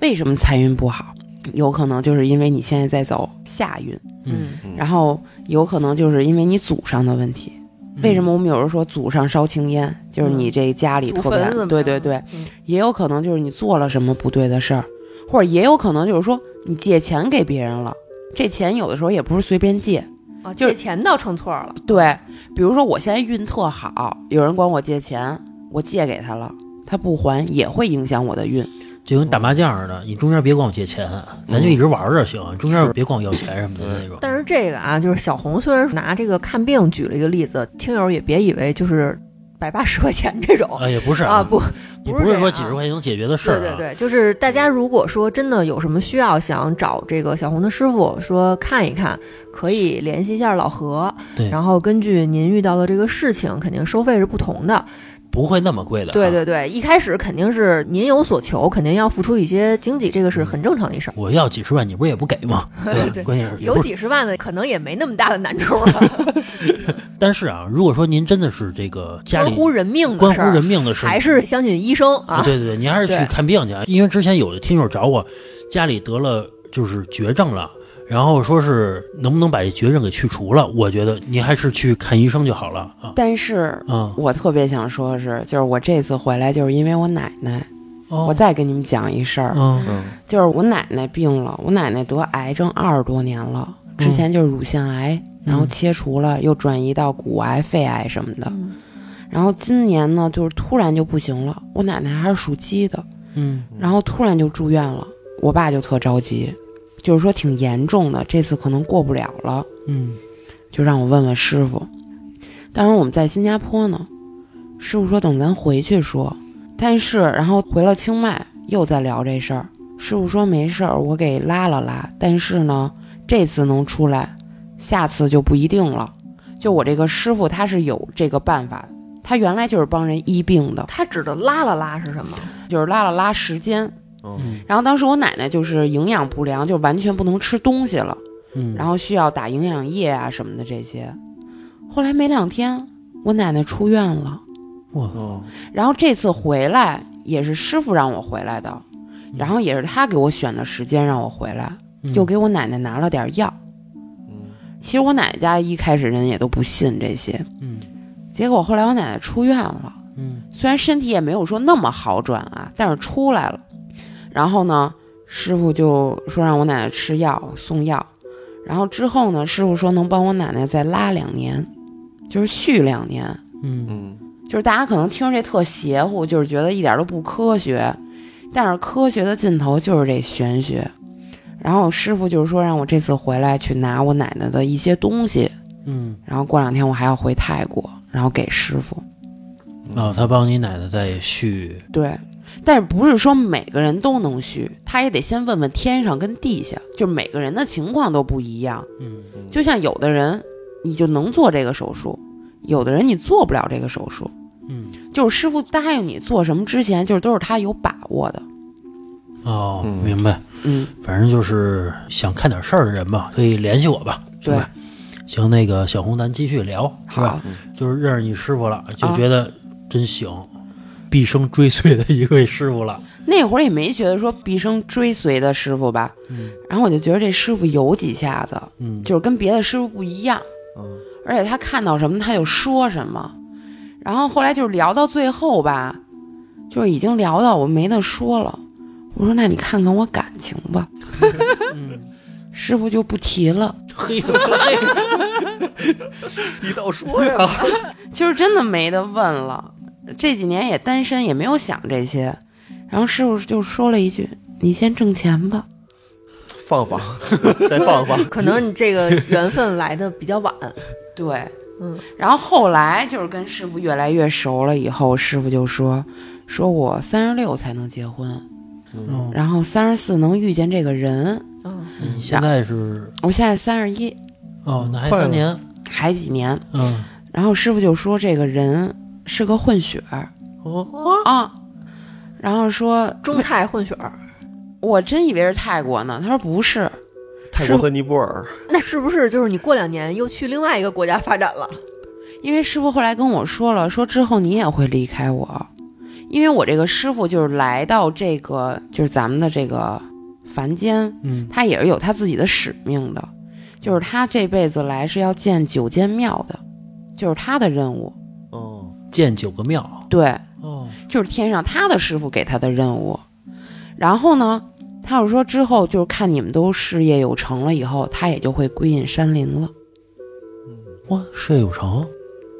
Speaker 3: 为什么财运不好？有可能就是因为你现在在走下运，
Speaker 1: 嗯，
Speaker 2: 嗯
Speaker 3: 然后有可能就是因为你祖上的问题。
Speaker 4: 嗯
Speaker 3: 为什么我们有人说祖上烧青烟，就是你这家里
Speaker 4: 祖
Speaker 3: 特别
Speaker 4: 坟怎么
Speaker 3: 对对
Speaker 4: 样
Speaker 3: 对，
Speaker 4: 嗯
Speaker 3: 也有可能就是你做了什么不对的事儿，或者也有可能就是说你借钱给别人了，这钱有的时候也不是随便借。
Speaker 4: 啊，
Speaker 3: 就是
Speaker 4: 借钱倒成错了，
Speaker 3: 对，比如说我现在运特好，有人管我借钱，我借给他了，他不还也会影响我的运。
Speaker 1: 就跟打麻将似的，你中间别管我借钱，咱就一直玩着行，中间别管我要钱什么的那种。
Speaker 4: 但是这个啊，就是小红虽然拿这个看病举了一个例子，听友也别以为就是百八十块钱这种
Speaker 1: 啊，也不是
Speaker 4: 啊，不，
Speaker 1: 也
Speaker 4: 不
Speaker 1: 不
Speaker 4: 是这
Speaker 1: 说
Speaker 4: 样
Speaker 1: 几
Speaker 4: 啊
Speaker 1: 十块钱能解决的事
Speaker 4: 对
Speaker 1: 儿
Speaker 4: 对
Speaker 1: 啊。
Speaker 4: 对，就是大家如果说真的有什么需要，想找这个小红的师傅说看一看，可以联系一下老何，
Speaker 1: 对
Speaker 4: 然后根据您遇到的这个事情，肯定收费是不同的。
Speaker 1: 不会那么贵的。啊
Speaker 4: 对，对对，一开始肯定是您有所求，肯定要付出一些经济，这个
Speaker 1: 嗯
Speaker 4: 是很正常的一事儿。
Speaker 1: 我要几十万，你不是也不给
Speaker 4: [laughs]
Speaker 1: 吗？对吧？
Speaker 4: 对
Speaker 1: 关键是也
Speaker 4: 有
Speaker 1: 不是。
Speaker 4: 几十万的，可能也没那么大的难
Speaker 1: [laughs]
Speaker 4: 处了，
Speaker 1: 但是啊，如果说您真的是这个家
Speaker 4: 关
Speaker 1: 里
Speaker 4: 乎人命的
Speaker 1: 关
Speaker 4: 事
Speaker 1: 乎
Speaker 4: 儿，
Speaker 1: 人命的事儿，
Speaker 4: 还是相信医生啊。
Speaker 1: 对对对，您还是去
Speaker 4: 对
Speaker 1: 看病去啊。因为之前有的听友找我，家里得了就是绝症了，然后说是能不能把这绝症给去除了？我觉得您还是去看医生就好了啊。
Speaker 3: 但是
Speaker 1: 嗯，
Speaker 3: 我特别想说的是，就是我这次回来就是因为我奶奶，
Speaker 1: 哦
Speaker 3: 我再跟你们讲一事儿，
Speaker 1: 嗯
Speaker 2: 嗯
Speaker 3: 就是我奶奶病了，我奶奶得癌症二十多年了，之前就是乳腺癌，然后切除了，又转移到骨癌、肺癌什么的。
Speaker 4: 嗯
Speaker 3: 然后今年呢，就是突然就不行了，我奶奶还是属鸡的，
Speaker 1: 嗯
Speaker 3: 然后突然就住院了，我爸就特着急，就是说挺严重的，这次可能过不了了。
Speaker 1: 嗯
Speaker 3: 就让我问问师傅。当时我们在新加坡呢，师傅说等咱回去说。但是然后回了清迈又在聊这事儿，师傅说没事儿，我给拉了拉。但是呢，这次能出来，下次就不一定了。就我这个师傅他是有这个办法，他原来就是帮人医病的，
Speaker 4: 他指的拉了拉是什么？
Speaker 3: 就是拉了拉时间。
Speaker 2: 嗯
Speaker 1: 嗯
Speaker 3: 然后当时我奶奶就是营养不良，就完全不能吃东西了。
Speaker 1: 嗯，
Speaker 3: 然后需要打营养液啊什么的这些。后来没两天，我奶奶出院了，
Speaker 1: 哇，
Speaker 2: 哦，
Speaker 3: 然后这次回来也是师傅让我回来的，然后也是他给我选的时间让我回来，
Speaker 1: 嗯
Speaker 3: 又给我奶奶拿了点药。
Speaker 2: 嗯，
Speaker 3: 其实我奶奶家一开始人也都不信这些，
Speaker 1: 嗯
Speaker 3: 结果后来我奶奶出院了，
Speaker 1: 嗯
Speaker 3: 虽然身体也没有说那么好转啊，但是出来了。然后呢，师傅就说让我奶奶吃药送药，然后之后呢，师傅说能帮我奶奶再拉两年，就是续两年。
Speaker 1: 嗯
Speaker 2: 嗯，
Speaker 3: 就是大家可能听着这特邪乎，就是觉得一点都不科学，但是科学的尽头就是这玄学。然后师傅就是说让我这次回来去拿我奶奶的一些东西，
Speaker 1: 嗯，
Speaker 3: 然后过两天我还要回泰国，然后给师傅。
Speaker 1: 哦，他帮你奶奶再续，
Speaker 3: 对，但是不是说每个人都能续，他也得先问问天上跟地下，就是每个人的情况都不一样。
Speaker 1: 嗯
Speaker 2: 嗯
Speaker 3: 就像有的人你就能做这个手术，有的人你做不了这个手术。
Speaker 1: 嗯，
Speaker 3: 就是师傅答应你做什么之前，就是都是他有把握的。
Speaker 1: 哦，
Speaker 2: 嗯
Speaker 1: 明白。
Speaker 3: 嗯，
Speaker 1: 反正就是想看点事儿的人吧，可以联系我吧。是
Speaker 3: 对
Speaker 1: 吧，行，那个小红，咱继续聊，是吧？
Speaker 3: 好，
Speaker 1: 就是认识你师傅了，就觉得真行，毕生追随的一位师傅了。
Speaker 3: 那会儿也没觉得说毕生追随的师傅吧，
Speaker 1: 嗯
Speaker 3: 然后我就觉得这师傅有几下子，
Speaker 1: [laughs] 嗯，
Speaker 3: 就是跟别的师傅不一样，
Speaker 2: 嗯
Speaker 3: 而且他看到什么他就说什么，然后后来就是聊到最后吧，就是已经聊到我没得说了，我说那你看看我感情吧，
Speaker 1: 嗯
Speaker 3: [laughs] 师傅就不提了，
Speaker 1: 嘿，
Speaker 2: 你倒说呀，
Speaker 3: 其实真的没得问了，这几年也单身也没有想这些，然后师傅就说了一句：“你先挣钱吧。”
Speaker 2: 放 [laughs] 放，再放放，
Speaker 4: 可能你这
Speaker 1: [laughs]
Speaker 4: 个缘分来的比较晚，
Speaker 3: 对，
Speaker 4: 嗯，
Speaker 3: 然后后来就是跟师傅越来越熟了以后，师傅就说，说我三十六才能结婚，
Speaker 1: [laughs] 嗯
Speaker 3: 然后三十四能遇见这个人。
Speaker 4: 嗯，
Speaker 1: 你现在是
Speaker 3: 我现在三十一，
Speaker 1: 哦，那还
Speaker 2: 快了
Speaker 1: 三年，
Speaker 3: 还几年。
Speaker 1: 嗯，
Speaker 3: 然后师傅就说这个人是个混血儿
Speaker 2: 哦，
Speaker 3: 啊，然后说
Speaker 4: 中泰混血儿，
Speaker 3: 我真以为是泰国呢，他说不是，
Speaker 2: 泰国和尼泊尔，
Speaker 4: 那是不是就是你过两年又去另外一个国家发展了？
Speaker 3: 因为师傅后来跟我说了，说之后你也会离开我，因为我这个师傅就是来到这个就是咱们的这个凡间，
Speaker 1: 嗯
Speaker 3: 他也是有他自己的使命的，就是他这辈子来是要建九间庙的，就是他的任务。
Speaker 2: 哦，
Speaker 1: 建九个庙，
Speaker 3: 对，
Speaker 1: 哦，
Speaker 3: 就是天上他的师傅给他的任务。然后呢，他又说之后就是看你们都事业有成了以后，他也就会归隐山林了。
Speaker 1: 哇，事业有成，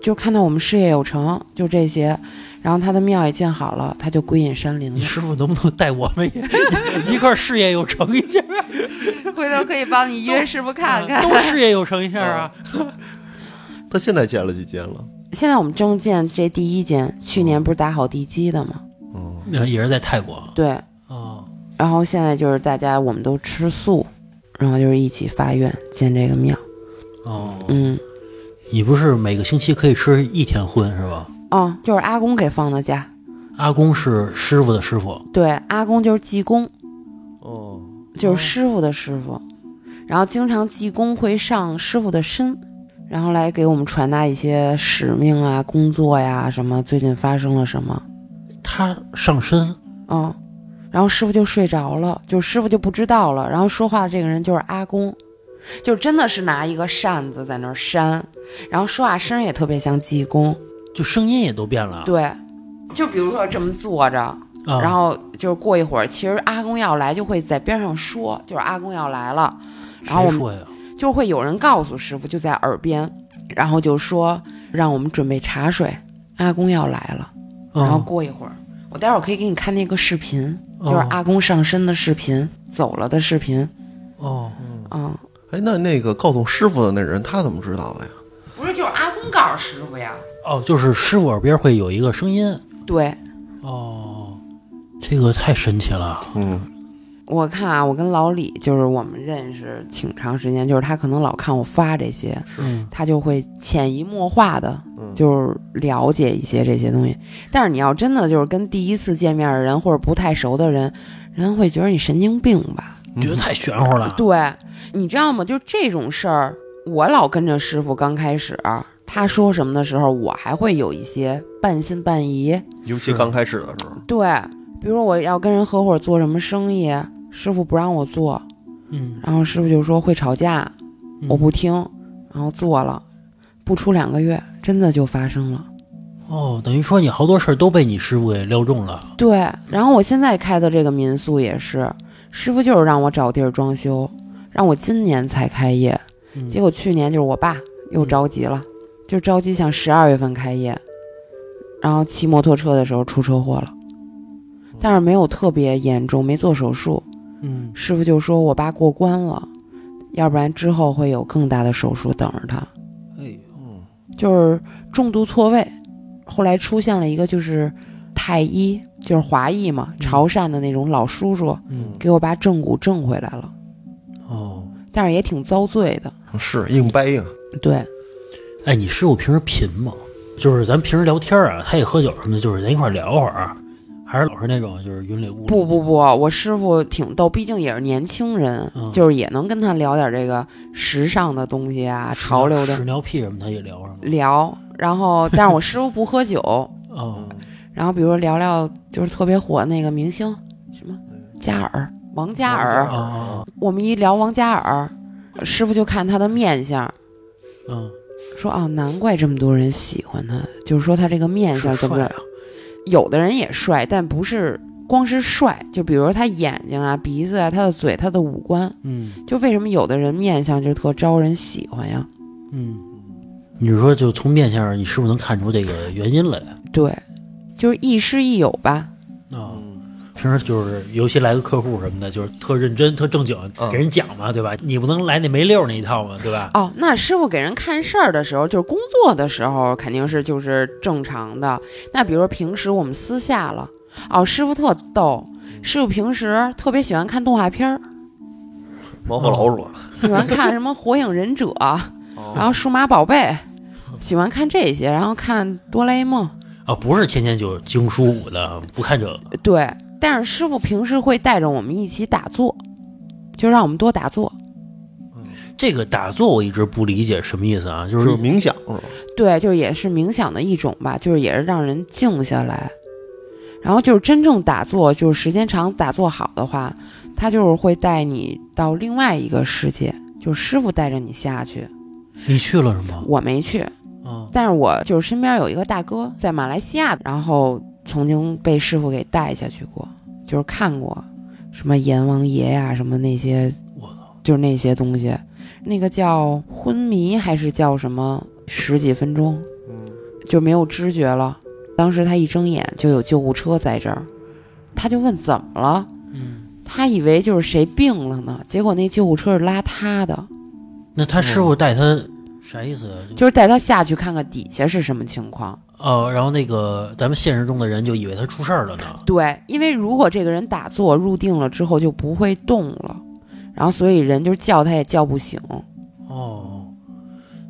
Speaker 3: 就看到我们事业有成，就这些，然后他的庙也建好了，他就归隐山林
Speaker 1: 你
Speaker 3: 了。
Speaker 1: 师傅能不能带我们也 [laughs] 一块儿事业有成一下？
Speaker 3: 回头可以帮你约师傅看看。
Speaker 1: 都事业有成一下 [laughs] 啊！
Speaker 2: 他现在建了几间了？
Speaker 3: [laughs] 现在我们正建这第一间，去年不是打好地基的吗？
Speaker 2: 嗯，
Speaker 1: 那呃也是在泰国
Speaker 3: 对，
Speaker 1: 哦，
Speaker 3: 然后现在就是大家我们都吃素，然后就是一起发愿建这个庙。
Speaker 1: 哦，
Speaker 3: 嗯，
Speaker 1: 你不是每个星期可以吃一天荤是吧？
Speaker 3: 哦，就是阿公给放的假。
Speaker 1: 阿公是师傅的师傅，
Speaker 3: 对，阿公就是济公，
Speaker 2: 哦，
Speaker 3: 就是师傅的师傅。然后经常济公会上师傅的身，然后来给我们传达一些使命啊、工作呀、什么最近发生了什么。
Speaker 1: 他上身
Speaker 3: 嗯，然后师傅就睡着了，就师傅就不知道了。然后说话的这个人就是阿公，就真的是拿一个扇子在那儿扇，然后说话声也特别像济公。
Speaker 1: 就声音也都变了，
Speaker 3: 对，就比如说这么坐着，
Speaker 1: 啊，
Speaker 3: 然后就是过一会儿，其实阿公要来就会在边上说，就是阿公要来了，然后
Speaker 1: 谁
Speaker 3: 我们
Speaker 1: 说呀？
Speaker 3: 就会有人告诉师傅，就在耳边，然后就说让我们准备茶水，阿公要来了。然后
Speaker 1: 嗯，
Speaker 3: 过一会儿，我待会儿可以给你看那个视频，就是
Speaker 1: 哦
Speaker 3: 阿公上身的视频，走了的视频。
Speaker 1: 哦，
Speaker 3: 嗯，
Speaker 2: 哎，那那个告诉师傅的那人，他怎么知道的呀？
Speaker 3: 不是，就是阿公告诉师傅呀。
Speaker 1: 哦，就是师傅耳边会有一个声音，
Speaker 3: 对，
Speaker 1: 哦，这个太神奇了，
Speaker 2: 嗯，
Speaker 3: 我看啊，我跟老李就是我们认识挺长时间，就是他可能老看我发这些，
Speaker 1: 嗯
Speaker 3: 他就会潜移默化的
Speaker 2: 嗯
Speaker 3: 就是了解一些这些东西。但是你要真的就是跟第一次见面的人或者不太熟的人，人会觉得你神经病吧？
Speaker 1: 觉得太玄乎了，
Speaker 3: 对，你知道吗？就这种事儿，我老跟着师傅刚开始，他说什么的时候，我还会有一些半信半疑。
Speaker 2: 嗯尤其刚开始的时候，
Speaker 3: 对，比如我要跟人合伙做什么生意，师傅不让我做，
Speaker 1: 嗯，
Speaker 3: 然后师傅就说会吵架，
Speaker 1: 嗯
Speaker 3: 我不听，然后做了，不出两个月，真的就发生了。
Speaker 1: 哦，等于说你好多事儿都被你师傅给料中了。
Speaker 3: 对，然后我现在开的这个民宿也是，师傅就是让我找地儿装修，让我今年才开业，
Speaker 1: 嗯
Speaker 3: 结果去年就是我爸又
Speaker 1: 嗯
Speaker 3: 着急了，就着急想十二月份开业，然后骑摩托车的时候出车祸了，但是没有特别严重，没做手术，
Speaker 1: 嗯
Speaker 3: 师傅就说我爸过关了，要不然之后会有更大的手术等着他。
Speaker 1: 哎，
Speaker 2: 嗯
Speaker 3: 就是重度错位。后来出现了一个就是太医，就是华裔嘛，潮汕的那种老叔叔，
Speaker 1: 嗯
Speaker 3: 给我爸正骨正回来了，
Speaker 1: 哦，
Speaker 3: 但是也挺遭罪的。
Speaker 2: 嗯是硬掰硬，
Speaker 3: 对，
Speaker 1: 哎，你师傅平时贫吗？就是咱平时聊天儿啊，他也喝酒什么的，就是咱一块儿聊会儿啊，还是老是那种就是云里雾里。
Speaker 3: 不不不，，我师傅挺逗，毕竟也是年轻人，
Speaker 1: 嗯
Speaker 3: 就是也能跟他聊点这个时尚的东西啊，
Speaker 1: 屎
Speaker 3: 潮流
Speaker 1: 屎
Speaker 3: 的
Speaker 1: 尿屁什么他也聊是吗？
Speaker 3: 聊。然后，但是我师傅不喝酒，
Speaker 1: 哦，
Speaker 3: 然后比如说聊聊就是特别火那个明星，什么嘉尔、嗯王嘉尔，
Speaker 1: 哦哦
Speaker 3: 我们一聊王嘉尔，师傅就看他的面相，
Speaker 1: 哦，
Speaker 3: 说啊，难怪这么多人喜欢他，就是说他这个面
Speaker 1: 嗯，
Speaker 3: 相
Speaker 1: 是
Speaker 3: 怎
Speaker 1: 帅
Speaker 3: 么
Speaker 1: 啊，
Speaker 3: 有的人也帅，但不是光是帅，就比如他眼睛啊、鼻子啊、他的嘴、他的五官，
Speaker 1: 嗯
Speaker 3: 就为什么有的人面相就特招人喜欢呀？
Speaker 1: 嗯，你是说就从面相上，你师傅能看出这个原因来啊、
Speaker 3: 对，就是亦师亦友吧。
Speaker 1: 哦？
Speaker 2: 嗯，
Speaker 1: 平时就是，尤其来个客户什么的，就是特认真、特正经，
Speaker 2: 嗯
Speaker 1: 给人讲嘛，对吧？你不能来那没溜儿那一套嘛，对吧？
Speaker 3: 哦，那师傅给人看事儿的时候，就是工作的时候，肯定是就是正常的。那比如说平时我们私下了，哦，师傅特逗，师傅平时特别喜欢看动画片儿，
Speaker 2: 猫和老哦鼠，
Speaker 3: 喜欢看什么《火影忍者》，
Speaker 1: 嗯啊
Speaker 3: 然后《数码宝贝》，喜欢看这些，然后看《哆啦 A 梦
Speaker 1: 啊，不是天天就经书舞的，不看这个。》。
Speaker 3: 对，但是师傅平时会带着我们一起打坐，就让我们多打坐。
Speaker 1: 这个打坐我一直不理解什么意思啊，就
Speaker 2: 就是是冥想是吧？
Speaker 3: 对，就是也是冥想的一种吧，就是也是让人静下来。然后就是真正打坐，就是时间长打坐好的话，他就是会带你到另外一个世界，就是师傅带着你下去。
Speaker 1: 你去了是吗？
Speaker 3: 我没去，
Speaker 1: 啊，
Speaker 3: 但是我就是身边有一个大哥在马来西亚，然后曾经被师傅给带下去过，就是看过什么阎王爷呀、什么那些
Speaker 1: 我操，
Speaker 3: 就是那些东西，那个叫昏迷还是叫什么十几分钟，
Speaker 2: 嗯，
Speaker 3: 就没有知觉了。当时他一睁眼就有救护车在这儿，他就问怎么了，
Speaker 1: 嗯，
Speaker 3: 他以为就是谁病了呢，结果那救护车是拉他的，
Speaker 1: 那他师傅带他啥意思啊？就
Speaker 3: 就是带他下去看看底下是什么情况。
Speaker 1: 哦，然后那个咱们现实中的人就以为他出事儿了呢。
Speaker 3: 对，因为如果这个人打坐入定了之后就不会动了，然后所以人就叫他也叫不醒。
Speaker 1: 哦，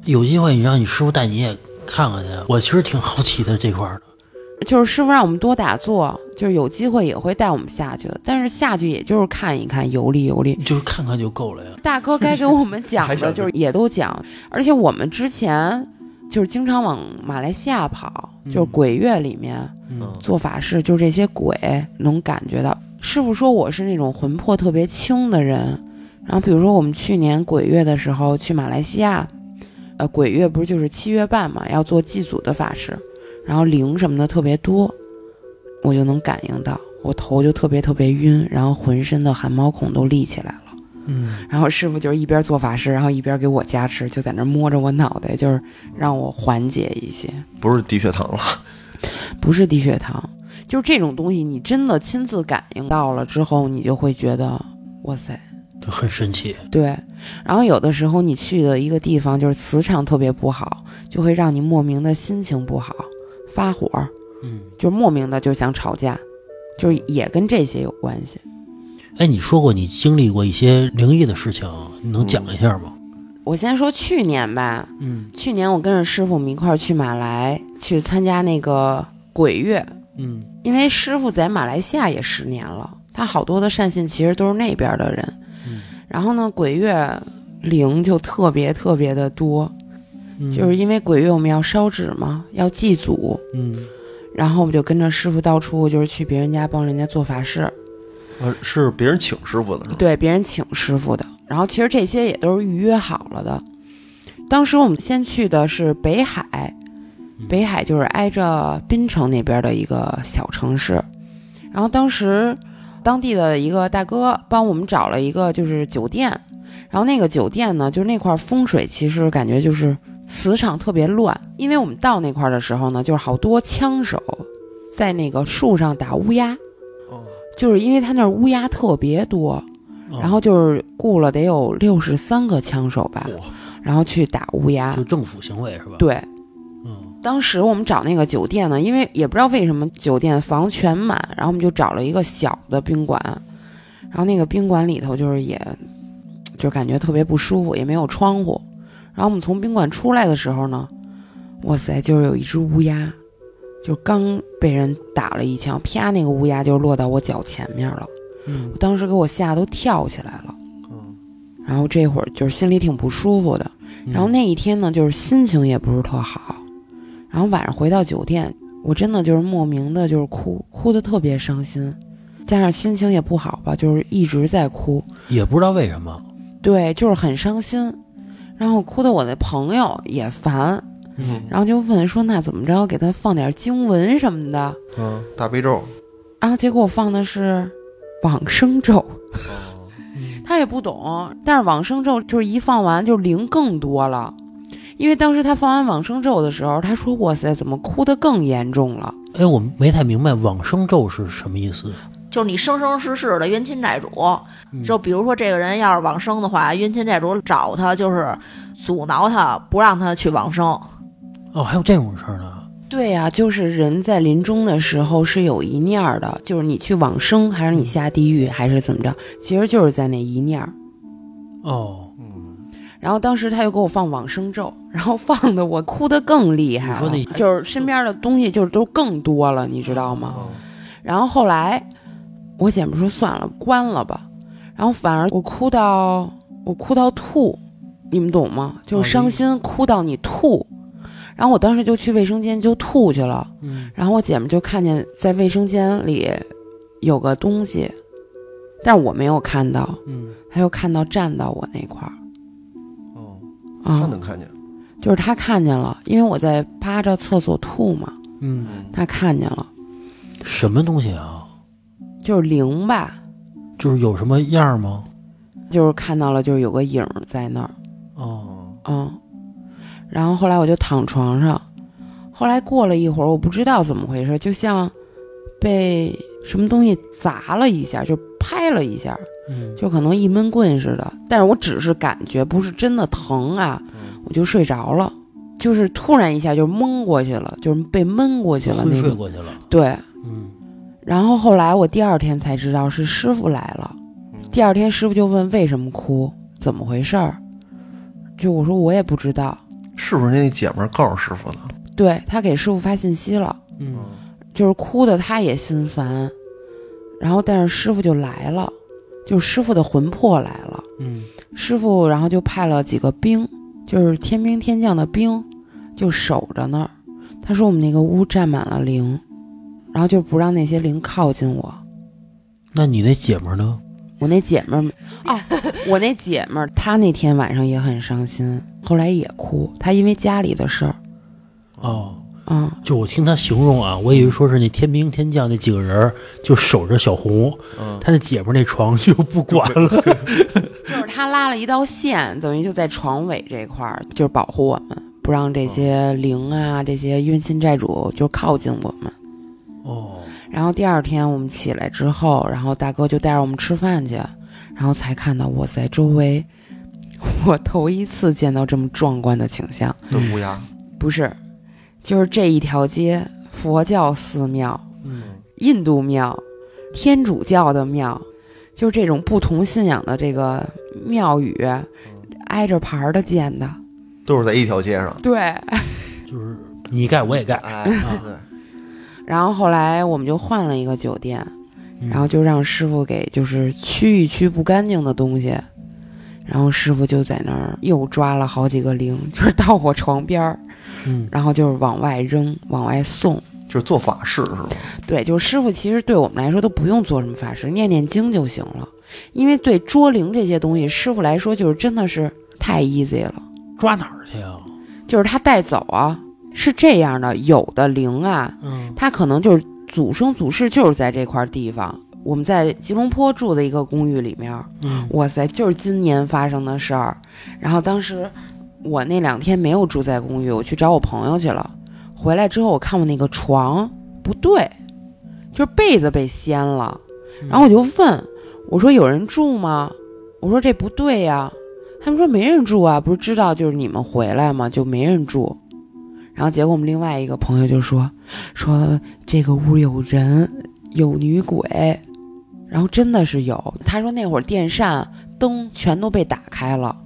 Speaker 1: 有机会你让你师傅带你也看看去，我其实挺好奇的这块儿的。
Speaker 3: 就是师傅让我们多打坐，就是有机会也会带我们下去的，但是下去也就是看一看，游历游历。
Speaker 1: 就是看看就够了呀。
Speaker 3: 大哥
Speaker 2: [laughs]
Speaker 3: 该给我们讲
Speaker 2: 还
Speaker 3: 的
Speaker 2: 想
Speaker 3: 就是也都讲，而且我们之前就是经常往马来西亚跑，就是
Speaker 1: 嗯
Speaker 3: 鬼月里面
Speaker 1: 嗯
Speaker 3: 做法事，就是这些鬼能感觉到。师傅说我是那种魂魄特别轻的人，然后比如说我们去年鬼月的时候去马来西亚，呃，鬼月不是就是七月半嘛，要做祭祖的法事，然后灵什么的特别多，我就能感应到，我头就特别特别晕，然后浑身的汗毛孔都立起来了。
Speaker 1: 嗯，
Speaker 3: 然后师傅就是一边做法事，然后一边给我加持，就在那儿摸着我脑袋，就是让我缓解一些。
Speaker 2: 不是低血糖了，
Speaker 3: 不是低血糖，就是这种东西，你真的亲自感应到了之后，你就会觉得哇塞，
Speaker 1: 就很神奇。
Speaker 3: 对。然后有的时候你去的一个地方就是磁场特别不好，就会让你莫名的心情不好，发火，
Speaker 1: 嗯，
Speaker 3: 就莫名的就想吵架，就是也跟这些有关系。
Speaker 1: 哎，你说过你经历过一些灵异的事情，你能讲一下吗？
Speaker 3: 我先说去年吧，
Speaker 1: 嗯
Speaker 3: 去年我跟着师傅我们一块儿去马来去参加那个鬼月，
Speaker 1: 嗯
Speaker 3: 因为师傅在马来西亚也十年了，他好多的善信其实都是那边的人。
Speaker 1: 嗯
Speaker 3: 然后呢，鬼月灵就特别特别的多，
Speaker 1: 嗯
Speaker 3: 就是因为鬼月我们要烧纸嘛，要祭祖，
Speaker 1: 嗯，
Speaker 3: 然后我们就跟着师傅到处就是去别人家帮人家做法事，
Speaker 2: 呃，是别人请师傅的是吗？
Speaker 3: 对，别人请师傅的。然后其实这些也都是预约好了的。当时我们先去的是北海，北海就是挨着滨城那边的一个小城市。然后当时当地的一个大哥帮我们找了一个就是酒店，然后那个酒店呢，就是那块风水其实感觉就是磁场特别乱，因为我们到那块儿的时候呢，就是好多枪手在那个树上打乌鸦，
Speaker 2: 哦，
Speaker 3: 就是因为他那儿乌鸦特别多，
Speaker 1: 哦
Speaker 3: 然后就是雇了得有六十三个枪手
Speaker 2: 哦
Speaker 3: 吧，然后去打乌鸦
Speaker 1: 就。政府行为是吧？，
Speaker 3: 对，
Speaker 1: 嗯
Speaker 3: 当时我们找那个酒店呢，因为也不知道为什么酒店房全满，然后我们就找了一个小的宾馆，然后那个宾馆里头就是也，就感觉特别不舒服，也没有窗户。然后我们从宾馆出来的时候呢，哇塞，就是有一只乌鸦，就刚被人打了一枪，啪，那个乌鸦就落到我脚前面了，
Speaker 1: 嗯
Speaker 3: 我当时给我吓得都跳起来了。
Speaker 2: 嗯，
Speaker 3: 然后这会儿就是心里挺不舒服的。
Speaker 1: 嗯
Speaker 3: 然后那一天呢，就是心情也不是特好。然后晚上回到酒店，我真的就是莫名的，就是哭，哭的特别伤心，加上心情也不好吧，就是一直在哭，
Speaker 1: 也不知道为什么，
Speaker 3: 对，就是很伤心。然后哭的我的朋友也烦，
Speaker 2: 嗯
Speaker 3: 然后就问说那怎么着，给他放点经文什么的
Speaker 2: 嗯，大悲咒，
Speaker 3: 啊？结果放的是往生咒，
Speaker 2: 哦，
Speaker 3: 他也不懂，但是往生咒就是一放完就灵更多了，因为当时他放完往生咒的时候，他说：“哇塞，怎么哭得更严重了
Speaker 1: 哎，我没太明白往生咒是什么意思。
Speaker 5: 就是你生生世世的冤亲债主。
Speaker 1: 嗯
Speaker 5: 就比如说这个人要是往生的话，冤亲债主找他就是阻挠他，不让他去往生。
Speaker 1: 哦，还有这种事儿呢？？”
Speaker 3: 对呀、就是人在临终的时候是有一念儿的，就是你去往生，还是你下地狱，还是怎么着，其实就是在那一念儿。
Speaker 1: 哦，
Speaker 2: 嗯，
Speaker 3: 然后当时他又给我放往生咒， [laughs] 然后放的我哭得更厉害
Speaker 1: 你说
Speaker 3: 了
Speaker 1: 那，
Speaker 3: 就是身边的东西就是都更多了，你知道吗？
Speaker 2: 哦
Speaker 3: 然后后来我姐们说算了，关了吧。然后反而我哭到我哭到吐，你们懂吗？就是伤心哭到你吐。然后我当时就去卫生间就吐去了。
Speaker 1: 嗯，
Speaker 3: 然后我姐们就看见在卫生间里有个东西，但我没有看到，
Speaker 1: 嗯，
Speaker 3: 她就看到站到我那块儿
Speaker 2: 哦，他
Speaker 3: 啊，
Speaker 2: 能看见，
Speaker 3: 就是她看见了，因为我在扒着厕所吐嘛，
Speaker 1: 嗯，
Speaker 2: 嗯，
Speaker 3: 她看见了，
Speaker 1: 什么东西啊？
Speaker 3: 就是灵吧，
Speaker 1: 就是有什么样儿吗？
Speaker 3: 就是看到了，就是有个影儿在那儿。
Speaker 1: 哦，
Speaker 2: 哦，
Speaker 3: 嗯，然后后来我就躺床上，后来过了一会儿，我不知道怎么回事，就像被什么东西砸了一下，就拍了一下，
Speaker 1: 嗯，
Speaker 3: 就可能一闷棍似的。但是我只是感觉，不是真的疼啊，
Speaker 2: 嗯
Speaker 3: 我就睡着了，就是突然一下就蒙过去了，就是被闷过去了
Speaker 1: 昏
Speaker 3: 那
Speaker 1: 睡
Speaker 3: 种。
Speaker 1: 过去了。
Speaker 3: 对，
Speaker 1: 嗯，
Speaker 3: 然后后来我第二天才知道是师傅来了。
Speaker 2: 嗯
Speaker 3: 第二天师傅就问为什么哭，怎么回事儿，就我说我也不知道。
Speaker 2: 是不是那姐们儿告诉师傅的？
Speaker 3: 对他给师傅发信息了，
Speaker 1: 嗯，
Speaker 2: 嗯，
Speaker 3: 就是哭的他也心烦，然后但是师傅就来了，就师傅的魂魄来了，
Speaker 1: 嗯，
Speaker 3: 师傅然后就派了几个兵，就是天兵天将的兵，就守着那儿。他说我们那个屋站满了灵，然后就不让那些灵靠近我。
Speaker 1: 那你那姐们儿呢？
Speaker 3: 我那姐们儿啊， [laughs] 我那姐们儿她那天晚上也很伤心，后来也哭，她因为家里的事儿
Speaker 1: 哦，
Speaker 3: 啊、
Speaker 1: 就我听他形容啊，我以为说是那天兵天将那几个人儿就守着小红，
Speaker 2: 嗯，
Speaker 1: 他那姐们儿那床就不管了。 [laughs]
Speaker 3: 就是他拉了一道线，等于就在床尾这块儿，就是保护我们，不让这些灵啊、这些冤亲债主就靠近我们。
Speaker 1: 哦，
Speaker 3: 然后第二天我们起来之后，然后大哥就带着我们吃饭去，然后才看到我在周围，我头一次见到这么壮观的景象，
Speaker 2: 的乌鸦，
Speaker 3: 不是，就是这一条街，佛教寺庙、
Speaker 1: 嗯，
Speaker 3: 印度庙、天主教的庙，就是这种不同信仰的这个庙宇，挨着牌儿的建的。
Speaker 2: 都是在一条街
Speaker 1: 嗯
Speaker 2: 上，
Speaker 3: 对，
Speaker 1: 就是你盖我也盖，
Speaker 2: 哎，对，
Speaker 3: 然后后来我们就换了一个酒店，
Speaker 1: 嗯
Speaker 3: 然后就让师傅给就是驱一驱不干净的东西，然后师傅就在那儿又抓了好几个铃， [laughs] 就是到我床边儿，
Speaker 1: 嗯
Speaker 3: 然后就是往外扔，往外送。
Speaker 2: 就是做法事是吧？
Speaker 3: 对，就是师傅其实对我们来说都不用做什么法事，念念经就行了。因为对捉灵这些东西，师傅来说就是真的是太 easy 了，
Speaker 1: 抓哪儿去啊？
Speaker 3: 就是他带走啊，是这样的，有的灵啊，
Speaker 1: 嗯
Speaker 3: 他可能就是祖生祖世就是在这块地方。我们在吉隆坡住的一个公寓里面，
Speaker 1: 嗯
Speaker 3: 哇塞，就是今年发生的事儿。然后当时我那两天没有住在公寓，我去找我朋友去了。回来之后，我看我那个床不对，就是被子被掀了。然后我就问我说：“有人住吗？”我说：“这不对呀、他们说：“没人住啊，不是知道就是你们回来嘛，就没人住。”然后结果我们另外一个朋友就说：“说这个屋有人，有女鬼。”然后真的是有，他说那会儿电扇、灯全都被打开了，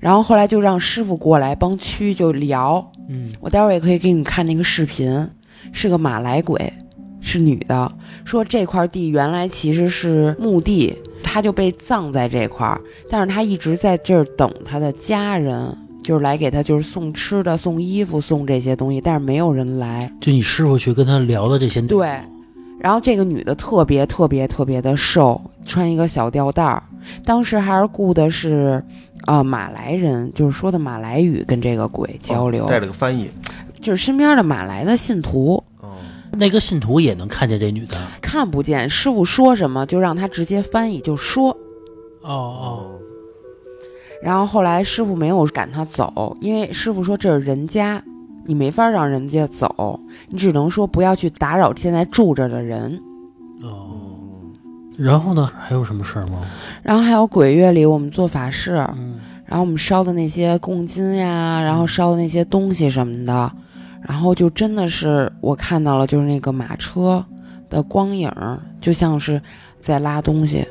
Speaker 3: 然后后来就让师傅过来帮驱，就聊，
Speaker 1: 嗯
Speaker 3: 我待会儿也可以给你们看那个视频，是个马来鬼，是女的，说这块地原来其实是墓地，她就被葬在这块儿，但是她一直在这儿等她的家人，就是来给她就是送吃的、送衣服、送这些东西，但是没有人来。
Speaker 1: 就你师傅去跟他聊的这些内容
Speaker 3: 对，然后这个女的特别特别特别的瘦，穿一个小吊带儿，当时还是雇的是。呃，马来人就是说的马来语跟这个鬼交流，
Speaker 2: 哦带了个翻译。
Speaker 3: 就是身边的马来的信徒，
Speaker 2: 哦，
Speaker 1: 那个信徒也能看见这女的。
Speaker 3: 看不见师傅说什么，就让他直接翻译，就说。
Speaker 1: 哦哦，
Speaker 3: 然后后来师傅没有赶他走，因为师傅说这是人家，你没法让人家走，你只能说不要去打扰现在住着的人。
Speaker 1: 哦，然后呢？还有什么事儿吗？
Speaker 3: 然后还有鬼月里我们做法事，
Speaker 1: 嗯
Speaker 3: 然后我们烧的那些供金呀，然后烧的那些东西什么的，然后就真的是我看到了，就是那个马车的光影儿，就像是在拉东西。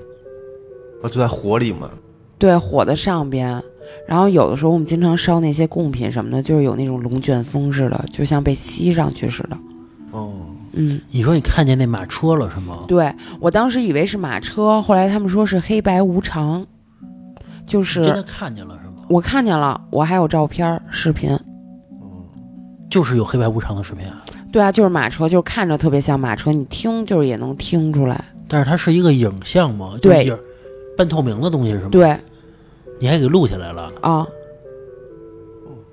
Speaker 2: 哦，就在火里嘛。
Speaker 3: 对，火的上边。然后有的时候我们经常烧那些贡品什么的，就是有那种龙卷风似的，就像被吸上去似的。
Speaker 2: 哦，
Speaker 3: 嗯，
Speaker 1: 你说你看见那马车了是吗？
Speaker 3: 对我当时以为是马车，后来他们说是黑白无常，就
Speaker 1: 你真的
Speaker 3: 是
Speaker 1: 看见了是吗？
Speaker 3: 我看见了，我还有照片儿、视频。
Speaker 2: 哦
Speaker 1: 就是有黑白无常的视频啊，
Speaker 3: 对啊，就是马车，就是看着特别像马车，你听就是也能听出来。
Speaker 1: 但是它是一个影像嘛，就
Speaker 3: 对
Speaker 1: 影儿半透明的东西是吗？，
Speaker 3: 对
Speaker 1: 你还给录下来了。
Speaker 3: 啊，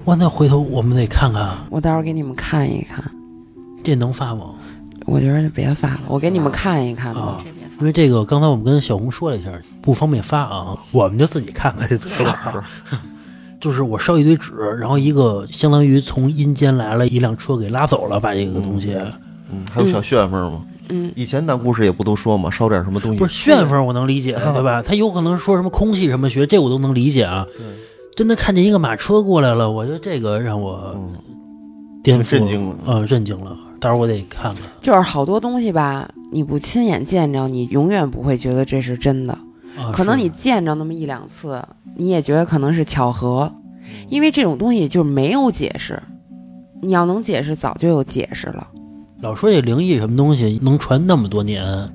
Speaker 1: 哇，那回头我们得看看
Speaker 3: 我待会儿给你们看一看。
Speaker 1: 这能发吗？
Speaker 3: 我觉得就别发了，我给你们看一看吧。
Speaker 1: 啊
Speaker 5: 这边放
Speaker 1: 因为这个，刚才我们跟小红说了一下，不方便发啊，我们就自己看看就得
Speaker 3: [laughs]
Speaker 1: 了啊。就是我烧一堆纸，然后一个相当于从阴间来了一辆车给拉走了，把这个东西、
Speaker 2: 嗯，还有小旋风吗？
Speaker 3: 嗯，
Speaker 2: 以前咱故事也不都说嘛，烧点什么东西。
Speaker 1: 不是旋风，我能理解，
Speaker 2: 啊
Speaker 1: 对吧？他有可能说什么空气什么学，这我都能理解啊。真的看见一个马车过来了，我觉得这个让我
Speaker 2: 嗯
Speaker 1: 颠覆，
Speaker 2: 挺震惊的
Speaker 1: 呃，震惊了。待会儿我得看看。
Speaker 3: 就是好多东西吧，你不亲眼见着，你永远不会觉得这是真的。
Speaker 1: 啊、
Speaker 3: 可能
Speaker 1: 是
Speaker 3: 你见着那么一两次，你也觉得可能是巧合，因为这种东西就是没有解释。你要能解释，早就有解释了。
Speaker 1: 老说这灵异什么东西能传那么多年，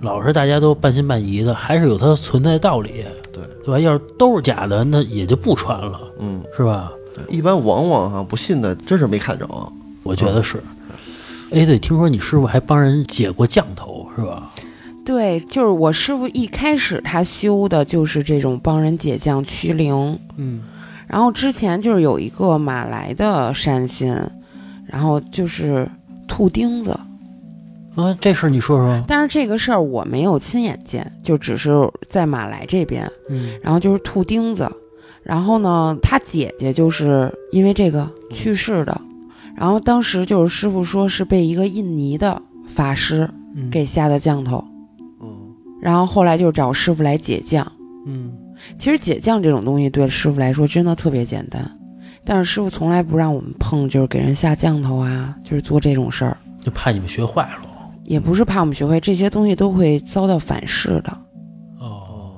Speaker 1: 老是大家都半信半疑的，还是有它存在道理，
Speaker 2: 对
Speaker 1: 对吧？要是都是假的，那也就不传了，
Speaker 2: 嗯，
Speaker 1: 是吧？
Speaker 2: 对一般往往哈、不信的，真是没看着啊。
Speaker 1: 我觉得是。
Speaker 2: 嗯
Speaker 1: 哎，对，听说你师傅还帮人解过降头，是吧？
Speaker 3: 对，就是我师傅一开始他修的就是这种帮人解降驱灵，
Speaker 1: 嗯，
Speaker 3: 然后之前就是有一个马来的善心，然后就是吐钉子，
Speaker 1: 啊，这事儿你说说。
Speaker 3: 但是这个事儿我没有亲眼见，就只是在马来这边，
Speaker 1: 嗯，
Speaker 3: 然后就是吐钉子，然后呢，他姐姐就是因为这个去世的，然后当时就是师傅说是被一个印尼的法师
Speaker 1: 嗯
Speaker 3: 给下的降头，
Speaker 2: 嗯，
Speaker 3: 然后后来就找师傅来解降。
Speaker 1: 嗯，
Speaker 3: 其实解降这种东西对师傅来说真的特别简单，但是师傅从来不让我们碰，就是给人下降头啊，就是做这种事儿，
Speaker 1: 就怕你们学坏了。
Speaker 3: 也不是怕我们学会这些东西都会遭到反噬的。
Speaker 1: 哦，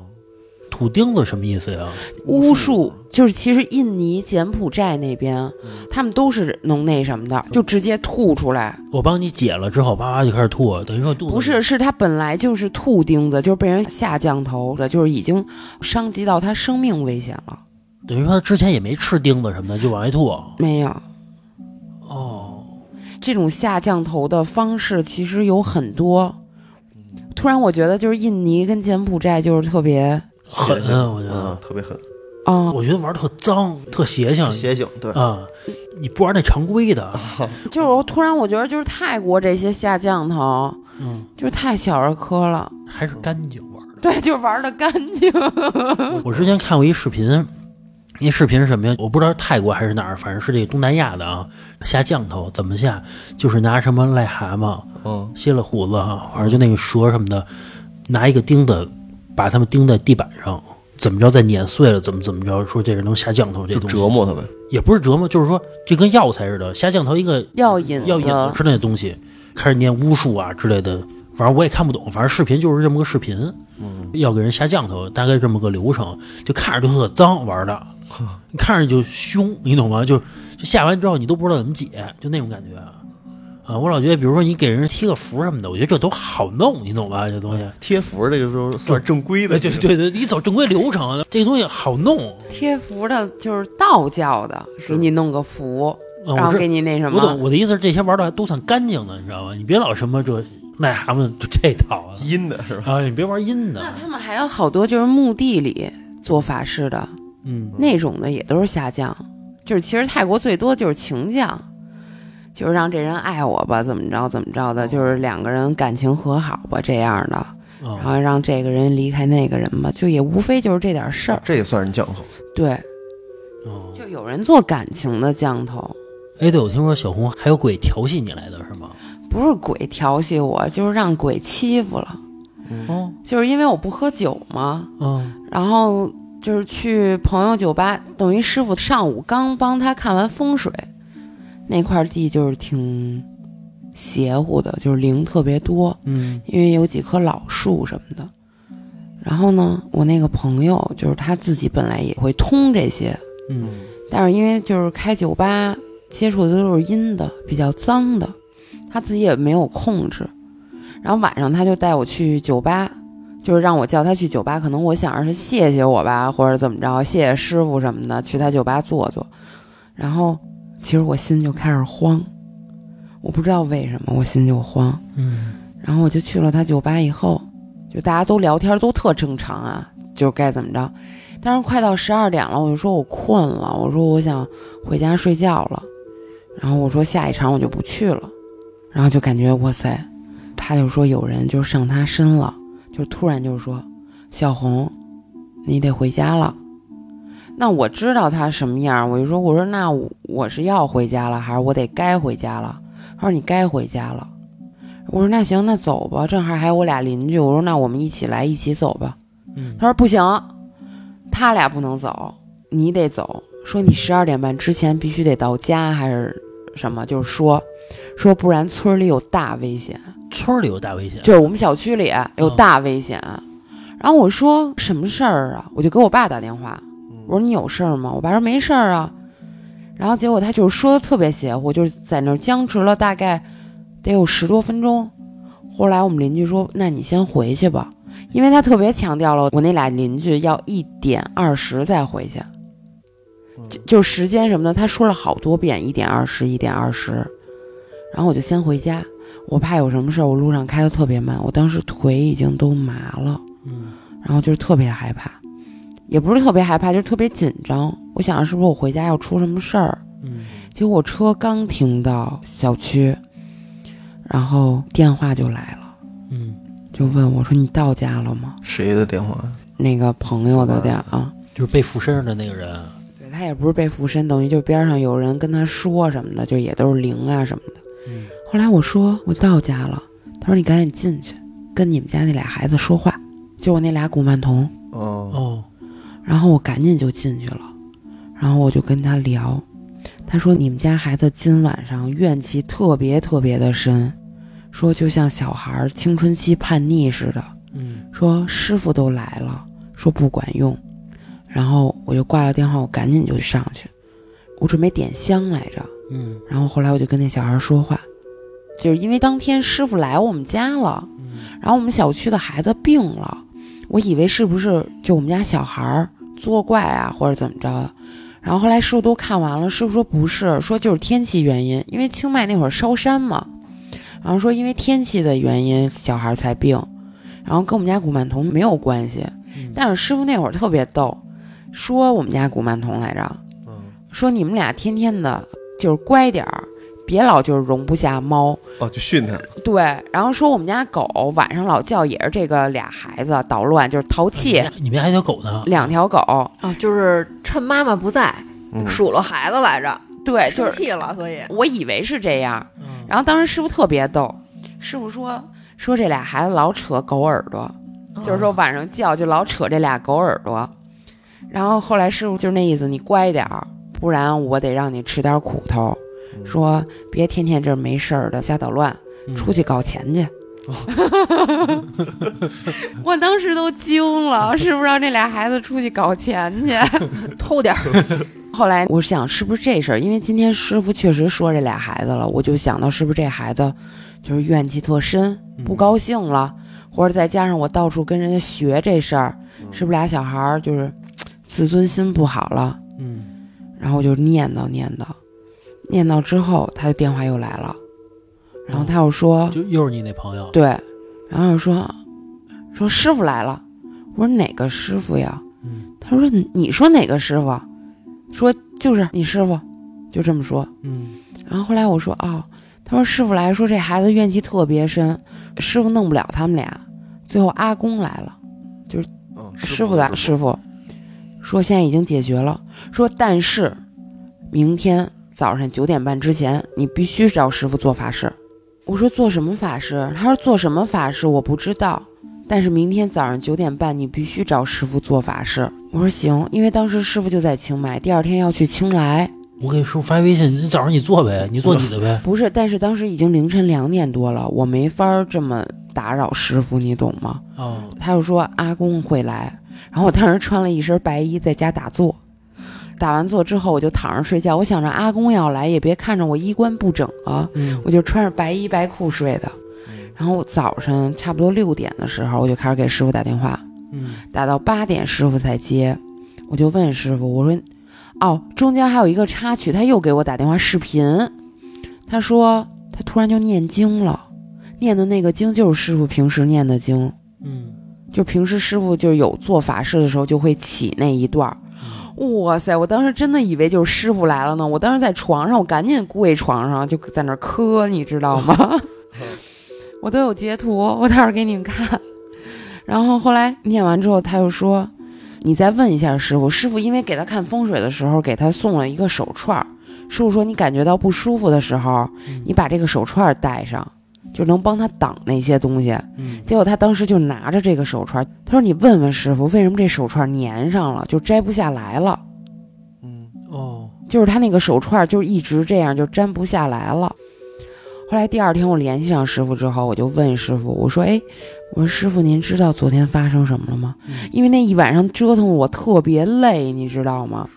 Speaker 1: 土钉子什么意思呀？
Speaker 3: 巫术就是其实印尼、柬埔寨那边，他们都是弄那什么的，就直接吐出来。
Speaker 1: 我帮你解了之后，啪啪就开始吐，等于说肚子
Speaker 3: 不是，是他本来就是吐钉子，就是被人下降头的，就是已经伤及到他生命危险了。
Speaker 1: 等于说之前也没吃钉子什么的，就往外吐。
Speaker 3: 没有
Speaker 1: 哦，
Speaker 3: 这种下降头的方式，其实有很多。突然，我觉得就是印尼跟柬埔寨就是特别
Speaker 1: 狠
Speaker 2: 邪性
Speaker 1: 我觉得
Speaker 2: 嗯特别狠，
Speaker 3: 啊，
Speaker 1: 我觉得玩儿特脏，特嗯邪性
Speaker 2: 邪性对。
Speaker 1: 啊！你不玩那常规的，
Speaker 3: 就是我突然我觉得就是泰国这些下降头，
Speaker 1: 嗯，
Speaker 3: 就是太小儿科了。 [laughs]
Speaker 1: 还是干净玩儿的。
Speaker 3: 对，就玩的干净。嗯
Speaker 1: 我之前看过一视频，那视频是什么呀？我不知道是泰国还是哪儿，反正是这个东南亚的啊，下降头怎么下？就是拿什么癞蛤蟆、
Speaker 2: 嗯，
Speaker 1: 蝎了胡子啊，反正就那个蛇什么的，拿一个钉子把它们钉在地板上，怎么着再碾碎了，怎么怎么着，说这是能下降头这
Speaker 2: 就
Speaker 1: 东西
Speaker 2: 折，磨他呗。
Speaker 1: 也不是折磨，就是说这跟药材似的，下降头一个
Speaker 3: 药引
Speaker 1: 药引子
Speaker 3: 子，
Speaker 1: 之类的东西，开始念巫术啊之类的，反正我也看不懂，反正视频就是这么个视频，
Speaker 2: 嗯，
Speaker 1: 要给人下降头，大概这么个流程，就看着就特脏玩的，看着就凶，你懂吗？就就下完之后你都不知道怎么解，就那种感觉。啊，我老觉得，比如说你给人贴个符什么的，我觉得这都好弄，你懂吧？这东西，
Speaker 3: 哎
Speaker 2: 贴符这个就是算正规的，
Speaker 1: 对对对，你走正规流程，这东西好弄。啊
Speaker 3: 贴符的就是道教的，给你弄个符，
Speaker 1: 啊、
Speaker 3: 然
Speaker 1: 我
Speaker 3: 后
Speaker 1: 是
Speaker 3: 给你那什
Speaker 1: 我懂，
Speaker 3: 么。
Speaker 1: 我的意思是这些玩的都算干净的，你知道吧？你别老什么这癞蛤蟆就这套啊，
Speaker 2: 阴的是吧？
Speaker 1: 啊，你别玩阴的
Speaker 3: 那。他们还有好多就是墓地里做法事的
Speaker 1: 嗯，
Speaker 3: 那种的，也都是下降。就是其实泰国最多就是情降，就是让这人爱我吧，怎么着怎么着的，就是两个人感情和好吧这样的，
Speaker 1: 啊
Speaker 3: 然后让这个人离开那个人吧，就也无非就是这点事儿。
Speaker 2: 这也算是降头。
Speaker 3: 对，
Speaker 1: 哦
Speaker 3: 就有人做感情的降头，
Speaker 1: 哎，对，我听说小红还有鬼调戏你来的是吗？
Speaker 3: 不是鬼调戏我，就是让鬼欺负了。
Speaker 1: 哦，
Speaker 3: 就是因为我不喝酒嘛，
Speaker 1: 嗯，
Speaker 3: 然后就是去朋友酒吧，等于师傅上午刚帮他看完风水，那块地就是挺邪乎的，就是灵特别多，
Speaker 1: 嗯，
Speaker 3: 因为有几棵老树什么的。然后呢，我那个朋友就是他自己本来也会通这些，
Speaker 1: 嗯，
Speaker 3: 但是因为就是开酒吧接触的都是阴的，比较脏的，他自己也没有控制。然后晚上他就带我去酒吧，就是让我叫他去酒吧。可能我想着是谢谢我吧，或者怎么着，谢谢师傅什么的，去他酒吧坐坐。然后其实我心就开始慌，我不知道为什么我心就慌。
Speaker 1: 嗯，
Speaker 3: 然后我就去了他酒吧以后，就大家都聊天都特正常啊，就是该怎么着。但是快到十二点了，我就说我困了，我说我想回家睡觉了。然后我说下一场我就不去了。然后就感觉哇塞，他就说有人就上他身了，就突然就说小红，你得回家了。那我知道他什么样，我就说我说那我我是要回家了，还是我得该回家了？他说你该回家了。我说那行，那走吧，正好还有我俩邻居。我说那我们一起来，一起走吧。
Speaker 1: 嗯，
Speaker 3: 他说不行，他俩不能走，你得走。说你十二点半之前必须得到家，还是什么？就是说，说不然村里有大危险，
Speaker 1: 村儿里有大危险。
Speaker 3: 就是我们小区里有大危险。然后我说什么事儿啊？我就给我爸打电话，我说你有事儿吗？我爸说没事儿啊。然后结果他就是说的特别邪乎，就是在那儿僵持了大概得有十多分钟。后来我们邻居说：“那你先回去吧，因为他特别强调了我那俩邻居要一点二十再回去，就就时间什么的，他说了好多遍一点二十，一点二十。然后我就先回家，我怕有什么事儿，我路上开的特别慢，我当时腿已经都麻了。
Speaker 1: 嗯，
Speaker 3: 然后就是特别害怕，也不是特别害怕，就是特别紧张。我想着是不是我回家要出什么事儿？
Speaker 1: 嗯，
Speaker 3: 结果我车刚停到小区，然后电话就来了，
Speaker 1: 嗯，
Speaker 3: 就问我说：“你到家了吗
Speaker 2: 谁的电话？？”
Speaker 3: 那个朋友的电啊，
Speaker 1: 就是被附身上的那个人。
Speaker 3: 对他也不是被附身，等于就边上有人跟他说什么的，就也都是灵啊什么的。
Speaker 1: 嗯，
Speaker 3: 后来我说我到家了，他说你赶紧进去，跟你们家那俩孩子说话，就我那俩古曼童。
Speaker 2: 哦，
Speaker 1: 哦，
Speaker 3: 然后我赶紧就进去了，然后我就跟他聊，他说你们家孩子今晚上怨气特别特别的深，说就像小孩儿青春期叛逆似的，
Speaker 1: 嗯，
Speaker 3: 说师傅都来了，说不管用，然后我就挂了电话，我赶紧就上去，我准备点香来着，
Speaker 1: 嗯
Speaker 3: 然后后来我就跟那小孩说话，就是因为当天师傅来我们家了，然后我们小区的孩子病了，我以为是不是就我们家小孩儿作怪啊，或者怎么着的。然后后来师傅都看完了，师傅说不是，说就是天气原因，因为清迈那会儿烧山嘛，然后说因为天气的原因小孩儿才病，然后跟我们家古曼童没有关系。但是师傅那会儿特别逗，说我们家古曼童来着，
Speaker 2: 嗯，
Speaker 3: 说你们俩天天的，就是乖点儿，别老就是容不下猫。
Speaker 2: 哦，就训他，
Speaker 3: 对，然后说我们家狗晚上老叫，也是这个俩孩子捣乱，就是淘气，
Speaker 1: 你们你们家还有狗呢？
Speaker 3: 两条狗。
Speaker 4: 啊，就是趁妈妈不在
Speaker 2: 嗯，
Speaker 4: 数落孩子来
Speaker 5: 嗯
Speaker 4: 着，
Speaker 3: 对，就
Speaker 4: 生
Speaker 3: 是
Speaker 4: 气了，所以
Speaker 3: 我以为是这样。
Speaker 1: 嗯
Speaker 3: 然后当时师傅特别逗，师傅说哦说这俩孩子老扯狗耳朵，就是说晚上叫就老扯这俩狗耳朵。然后后来师傅就那意思，你乖点儿，不然我得让你吃点苦头。
Speaker 2: 嗯
Speaker 3: 说别天天这儿没事儿的瞎捣乱。
Speaker 1: 嗯
Speaker 3: 出去搞钱去。 [laughs] 我当时都惊 [laughs] 了，是不是让这俩孩子出去搞钱去？
Speaker 5: 呃
Speaker 4: 偷点儿
Speaker 3: [laughs] 后来我想，是不是这事儿？因为今天师傅确实说这俩孩子了，我就想到是不是这孩子就是怨气特深，
Speaker 1: 嗯
Speaker 3: 不高兴了，或者再加上我到处跟人家学这事儿，
Speaker 2: 嗯
Speaker 3: 是不是俩小孩儿就是嘖自尊心不好了？
Speaker 1: 嗯
Speaker 3: 然后我就念叨念叨，念叨之后，他就电话又来了，然后他又说。
Speaker 1: 嗯，就又是你那朋友，
Speaker 3: 对，然后说说师傅来了，我说哪个师傅呀？
Speaker 1: 嗯
Speaker 3: 他说你说哪个师傅？说就是你师傅，就这么说。
Speaker 1: 嗯
Speaker 3: 然后后来我说哦，他说师傅来说这孩子怨气特别深，师傅弄不了他们俩。最后阿公来了，
Speaker 2: 嗯
Speaker 3: 师傅的师傅说现在已经解决了，说但是明天早上九点半之前你必须找师傅做法事。我说做什么法事？他说做什么法事我不知道，但是明天早上九点半你必须找师傅做法事。我说行，因为当时师傅就在清迈，第二天要去清莱，
Speaker 1: 我给师傅发一微信，你早上你做呗，你做你的呗。
Speaker 3: 不是，但是当时已经凌晨两点多了，我没法儿这么打扰师傅，你懂吗？
Speaker 1: 哦，
Speaker 3: 他就说阿公会来，然后我当时穿了一身白衣在家打坐，打完坐之后我就躺着睡觉，我想着阿公要来也别看着我衣冠不整啊，
Speaker 1: 嗯
Speaker 3: 我就穿着白衣白裤睡的。然后我早上差不多六点的时候，我就开始给师傅打电话，
Speaker 1: 嗯
Speaker 3: 打到八点师傅才接，我就问师傅，我说，哦，中间还有一个插曲，他又给我打电话视频，他说他突然就念经了，念的那个经就是师傅平时念的经。
Speaker 1: 嗯，
Speaker 3: 就平时师傅就是有做法事的时候就会起那一段儿。哇塞！我当时真的以为就是师傅来了呢。我当时在床上，我赶紧跪床上，就在那儿磕，你知道吗？我都有截图，我待会儿给你们看。然后后来念完之后，他又说：“你再问一下师傅。”师傅因为给他看风水的时候，给他送了一个手串儿。师傅说：“你感觉到不舒服的时候，你把这个手串儿戴上，就能帮他挡那些东西。”
Speaker 1: 嗯
Speaker 3: 结果他当时就拿着这个手串，他说：“你问问师傅，为什么这手串粘上了，就摘不下来了？
Speaker 2: 嗯，
Speaker 1: 哦，
Speaker 3: 就是他那个手串就一直这样，就粘不下来了。”后来第二天我联系上师傅之后，我就问师傅：“我说，哎，我说师傅，您知道昨天发生什么了吗？因为那一晚上折腾我特别累，你知道吗？”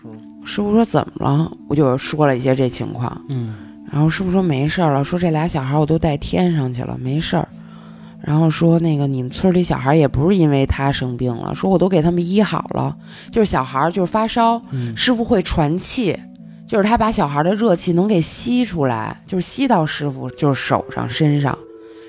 Speaker 3: 师傅说：“怎么了？”我就说了一些这情况。
Speaker 1: 嗯
Speaker 3: 然后师傅说没事儿了，说这俩小孩我都带天上去了，没事儿。然后说那个你们村里小孩也不是因为他生病了，说我都给他们医好了，就是小孩就是发烧，
Speaker 1: 嗯
Speaker 3: 师傅会传气，就是他把小孩的热气能给吸出来，就是吸到师傅就是手上身上。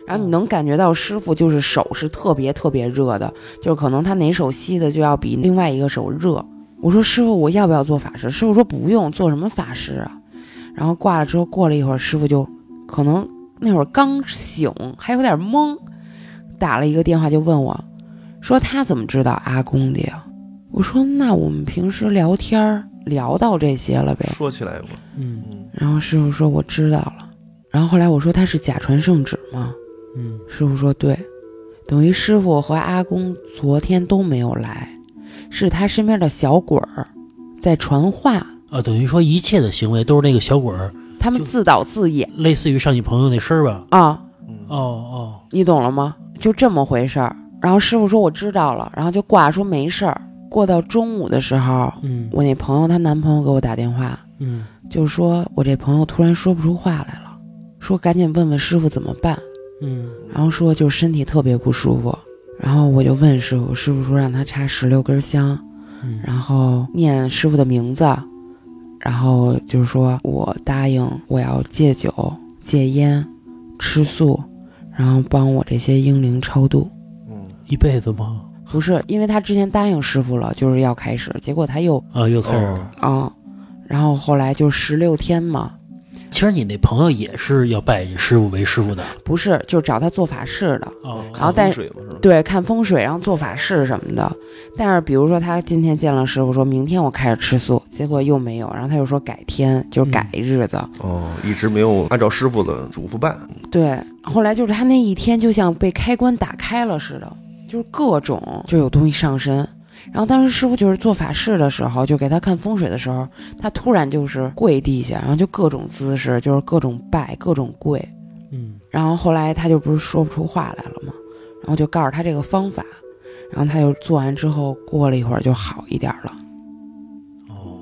Speaker 3: 然后你能感觉到师傅就是手是特别特别热的，就是可能他哪手吸的就要比另外一个手热。我说师傅，我要不要做法事？师傅说不用，做什么法事啊？然后挂了之后，过了一会儿，师傅就可能那会儿刚醒，还有点懵，打了一个电话就问我，说他怎么知道阿公的呀？我说那我们平时聊天儿聊到这些了呗。
Speaker 2: 说起来过，
Speaker 1: 嗯
Speaker 2: 嗯
Speaker 3: 然后师傅说我知道了。然后后来我说他是假传圣旨吗？
Speaker 1: 嗯
Speaker 3: 师傅说对，等于师傅和阿公昨天都没有来，是他身边的小鬼儿在传话，
Speaker 1: 啊，等于说一切的行为都是那个小鬼儿，
Speaker 3: 他们
Speaker 1: 就
Speaker 3: 自导自演
Speaker 1: 类似于上你朋友那身儿吧？
Speaker 3: 啊，
Speaker 2: 嗯
Speaker 1: 哦哦，
Speaker 3: 你懂了吗？就这么回事儿。然后师傅说我知道了，然后就挂说没事儿。过到中午的时候，
Speaker 1: 嗯
Speaker 3: 我那朋友她男朋友给我打电话，
Speaker 1: 嗯
Speaker 3: 就说我这朋友突然说不出话来了，说赶紧问问师傅怎么办，
Speaker 1: 嗯
Speaker 3: 然后说就身体特别不舒服。然后我就问师傅，师傅说让他插十六根香，
Speaker 1: 嗯
Speaker 3: 然后念师傅的名字，然后就是说我答应我要戒酒、戒烟、吃素，然后帮我这些英灵超度。
Speaker 2: 嗯，
Speaker 1: 一辈子吗？
Speaker 3: 不是，因为他之前答应师傅了，就是要开始，结果他又
Speaker 1: 啊，又开始了。
Speaker 2: 哦，
Speaker 3: 啊、然后后来就十六天嘛，
Speaker 1: 其实你那朋友也是要拜师傅为师傅的
Speaker 3: 不是，就找他做法事的，
Speaker 1: 哦
Speaker 3: 然后但
Speaker 2: 看
Speaker 3: 是
Speaker 2: 风水嘛是吧？
Speaker 3: 对，看风水，然后做法事什么的。但是比如说他今天见了师傅，说明天我开始吃素，结果又没有，然后他又说改天，就是改一日子。
Speaker 2: 哦，一直没有按照师傅的嘱咐办。
Speaker 3: 对，后来就是他那一天就像被开关打开了似的，就是各种就有东西上身。然后当时师傅就是做法事的时候，就给他看风水的时候，他突然就是跪地下，然后就各种姿势，就是各种拜，各种跪。
Speaker 1: 嗯
Speaker 3: 然后后来他就不是说不出话来了吗？然后就告诉他这个方法，然后他就做完之后，过了一会儿就好一点了。
Speaker 1: 哦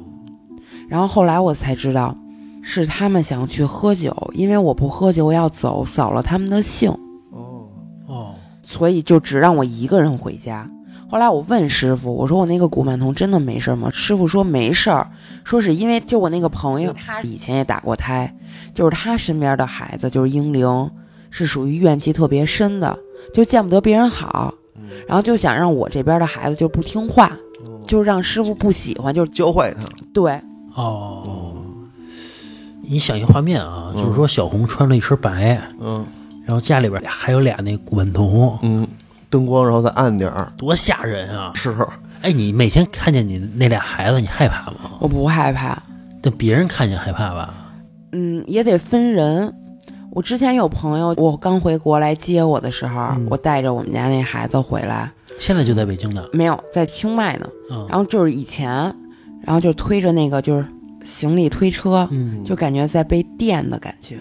Speaker 3: 然后后来我才知道，是他们想去喝酒，因为我不喝酒，我要走，扫了他们的兴。
Speaker 2: 哦，
Speaker 1: 哦
Speaker 3: 所以就只让我一个人回家。后来我问师傅，我说我那个古曼童真的没事儿吗？师傅说没事儿，说是因为就我那个朋友，他以前也打过胎，就是他身边的孩子就是婴灵，是属于怨气特别深的，就见不得别人好，
Speaker 2: 嗯
Speaker 3: 然后就想让我这边的孩子就不听话，
Speaker 2: 哦
Speaker 3: 就让师傅不喜欢，就是
Speaker 2: 教坏他。
Speaker 3: 对，
Speaker 1: 哦，
Speaker 2: 哦，
Speaker 1: 你想一画面啊，
Speaker 2: 嗯
Speaker 1: 就是说小红穿了一身白，
Speaker 2: 嗯
Speaker 1: 然后家里边还有俩那古曼童，
Speaker 2: 嗯，灯光然后再暗点儿，
Speaker 1: 多吓人啊！
Speaker 2: [laughs] 是
Speaker 1: 哎，你每天看见你那俩孩子，你害怕吗？
Speaker 3: 我不害怕，
Speaker 1: 但别人看见害怕吧？
Speaker 3: 嗯，也得分人。我之前有朋友，我刚回国来接我的时候，
Speaker 1: 嗯
Speaker 3: 我带着我们家那孩子回来，
Speaker 1: 现在就在北京呢，
Speaker 3: 没有，在清迈呢。
Speaker 1: 嗯
Speaker 3: 然后就是以前，然后就推着那个就是行李推车，
Speaker 1: 嗯
Speaker 3: 就感觉在被电的感觉，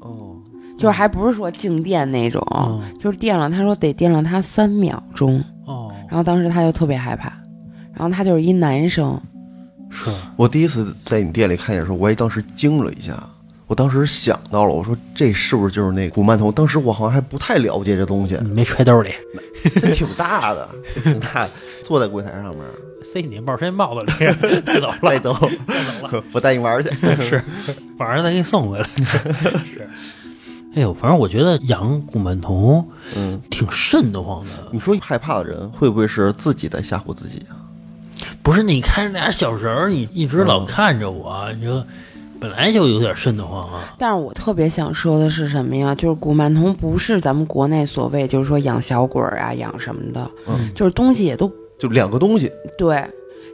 Speaker 2: 哦，
Speaker 3: 就是还不是说静电那种，
Speaker 1: 哦
Speaker 3: 就是电了。他说得电了他三秒钟，
Speaker 1: 哦，
Speaker 3: 然后当时他就特别害怕。然后他就是一男生，
Speaker 1: 是
Speaker 2: 我第一次在你店里看见的时候，我也当时惊了一下。我当时想到了，我说这是不是就是那古曼童？当时我好像还不太了解这 [laughs] 东西，
Speaker 1: 你没揣兜里，
Speaker 2: 这挺大的，这挺大的，坐在柜台上 [laughs] 面，
Speaker 1: 塞你帽衫帽子里 [laughs] 带走
Speaker 2: 带
Speaker 1: 了，
Speaker 2: [laughs] 走，我带你玩去。
Speaker 1: 是，晚上再给你送回来。是，
Speaker 2: [laughs]
Speaker 1: 哎呦，反正我觉得养古曼童
Speaker 2: 嗯，
Speaker 1: 挺瘆得慌的，
Speaker 2: 你说害怕的人会不会是自己在吓唬自己啊？
Speaker 1: 不是你看这俩小人儿，你一直
Speaker 2: 嗯
Speaker 1: 老看着我，你说本来就有点瘆得慌啊。
Speaker 3: 但是我特别想说的是什么呀？就是古曼童不是咱们国内所谓就是说养小鬼儿啊，养什么的，
Speaker 2: 嗯
Speaker 3: 就是东西也都
Speaker 2: 就两个东西，
Speaker 3: 对，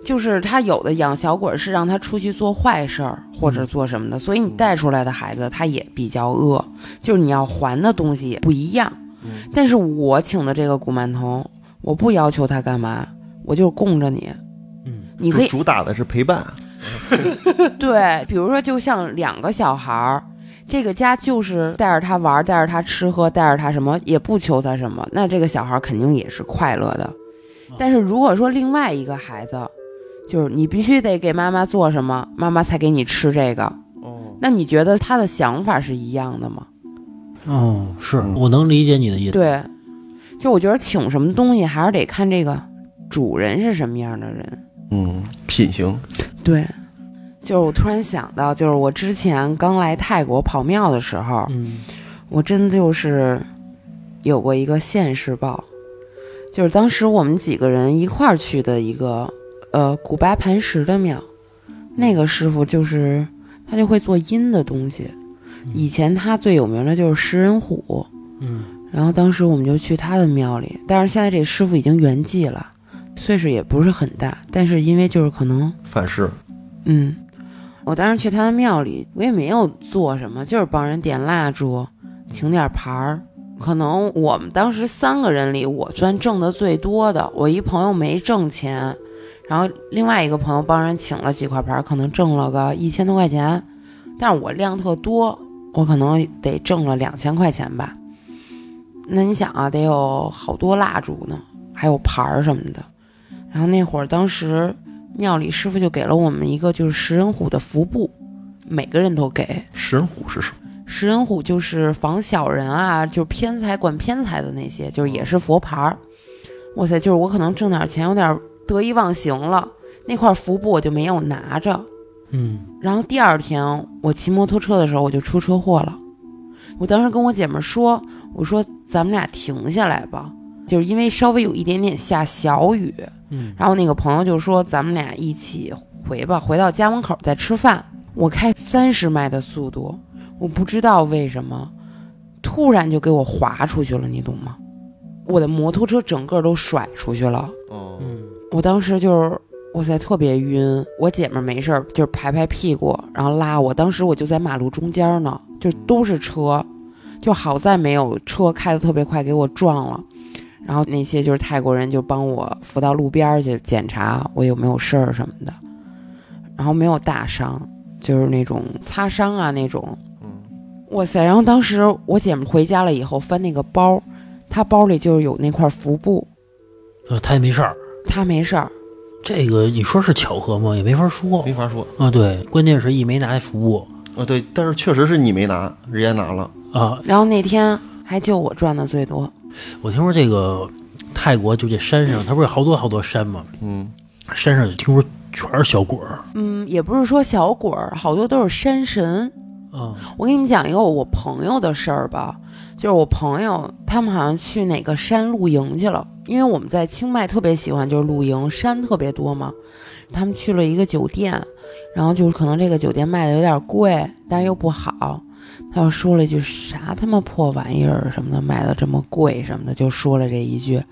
Speaker 3: 就是他有的养小鬼儿是让他出去做坏事儿或
Speaker 2: 嗯
Speaker 3: 者做什么的，所以你带出来的孩子他也比较恶，就是你要还的东西也不一样。
Speaker 2: 嗯
Speaker 3: 但是我请的这个古曼童，我不要求他干嘛，我就是供着你，
Speaker 1: 嗯
Speaker 3: 你可以
Speaker 2: 就主打的是陪伴。
Speaker 3: 对，比如说就像两个小孩儿。这个家就是带着他玩儿，带着他吃喝，带着他什么也不求他什么，那这个小孩儿肯定也是快乐的。但是如果说另外一个孩子，就是你必须得给妈妈做什么，妈妈才给你吃这个，
Speaker 2: 哦，
Speaker 3: 那你觉得他的想法是一样的吗？
Speaker 1: 哦，是
Speaker 2: 嗯
Speaker 1: 我能理解你的意思。
Speaker 3: 对，就我觉得请什么东西还是得看这个主人是什么样的人。
Speaker 2: 嗯，品行，
Speaker 3: 对，就是我突然想到，就是我之前刚来泰国跑庙的时候，
Speaker 1: 嗯
Speaker 3: 我真就是有过一个现世报，就是当时我们几个人一块儿去的一个呃古巴磐石的庙，那个师傅就是他就会做阴的东西，以前他最有名的就是食人虎，
Speaker 1: 嗯
Speaker 3: 然后当时我们就去他的庙里，但是现在这师傅已经圆寂了，岁数也不是很大，但是因为就是可能
Speaker 2: 反噬。
Speaker 3: 嗯，我当时去他的庙里，我也没有做什么，就是帮人点蜡烛，请点牌儿。可能我们当时三个人里，我算挣的最多的。我一朋友没挣钱，然后另外一个朋友帮人请了几块牌儿，可能挣了个一千多块钱。但是我量特多，我可能得挣了两千块钱吧。那你想啊，得有好多蜡烛呢，还有牌儿什么的。然后那会儿，当时庙里师傅就给了我们一个就是食人虎的符布，每个人都给。
Speaker 2: 食人虎是什么？
Speaker 3: 食人虎就是防小人啊，就是偏财管偏财的那些，就是也是佛牌儿。哇塞，就是我可能挣点钱，有点得意忘形了，那块符布我就没有拿着。
Speaker 1: 嗯，
Speaker 3: 然后第二天我骑摩托车的时候，我就出车祸了。我当时跟我姐们儿说：“我说咱们俩停下来吧，就是因为稍微有一点点下小雨。”
Speaker 1: 嗯，
Speaker 3: 然后那个朋友就说：“咱们俩一起回吧，回到家门口再吃饭。”我开三十迈的速度，我不知道为什么，突然就给我滑出去了，你懂吗？我的摩托车整个都甩出去了。
Speaker 2: 哦，
Speaker 1: 嗯，
Speaker 3: 我当时就是，哇塞，特别晕。我姐们儿没事儿，就是拍拍屁股，然后拉我。当时我就在马路中间儿呢，就都是车，就好在没有车开的特别快给我撞了。然后那些就是泰国人就帮我扶到路边儿去检查我有没有事儿什么的，然后没有大伤，就是那种擦伤啊那种。
Speaker 2: 嗯，
Speaker 3: 哇塞！然后当时我姐们儿回家了以后翻那个包，她包里就是有那块服布，
Speaker 1: 呃，他也没事儿。
Speaker 3: 她没事儿。
Speaker 1: 这个你说是巧合吗？也没法说
Speaker 2: 没法说。
Speaker 1: 啊。对，关键是一没拿服务
Speaker 2: 啊，对，但是确实是你没拿，人家拿了。
Speaker 1: 啊。
Speaker 3: 然后那天还就我赚的最多，
Speaker 1: 我听说这个泰国就这山上，它不是有好多好多山吗？
Speaker 2: 嗯，
Speaker 1: 山上就听说全是小鬼儿
Speaker 3: 嗯，也不是说小鬼儿，好多都是山神。
Speaker 1: 啊。
Speaker 3: 我给你们讲一个我朋友的事儿吧，就是我朋友他们好像去哪个山露营去了，因为我们在清迈特别喜欢就是露营，山特别多嘛。他们去了一个酒店，然后就是可能这个酒店卖的有点贵，但是又不好。他又说了一句啥他妈破玩意儿什么的，卖的这么贵什么的，就说了这一句。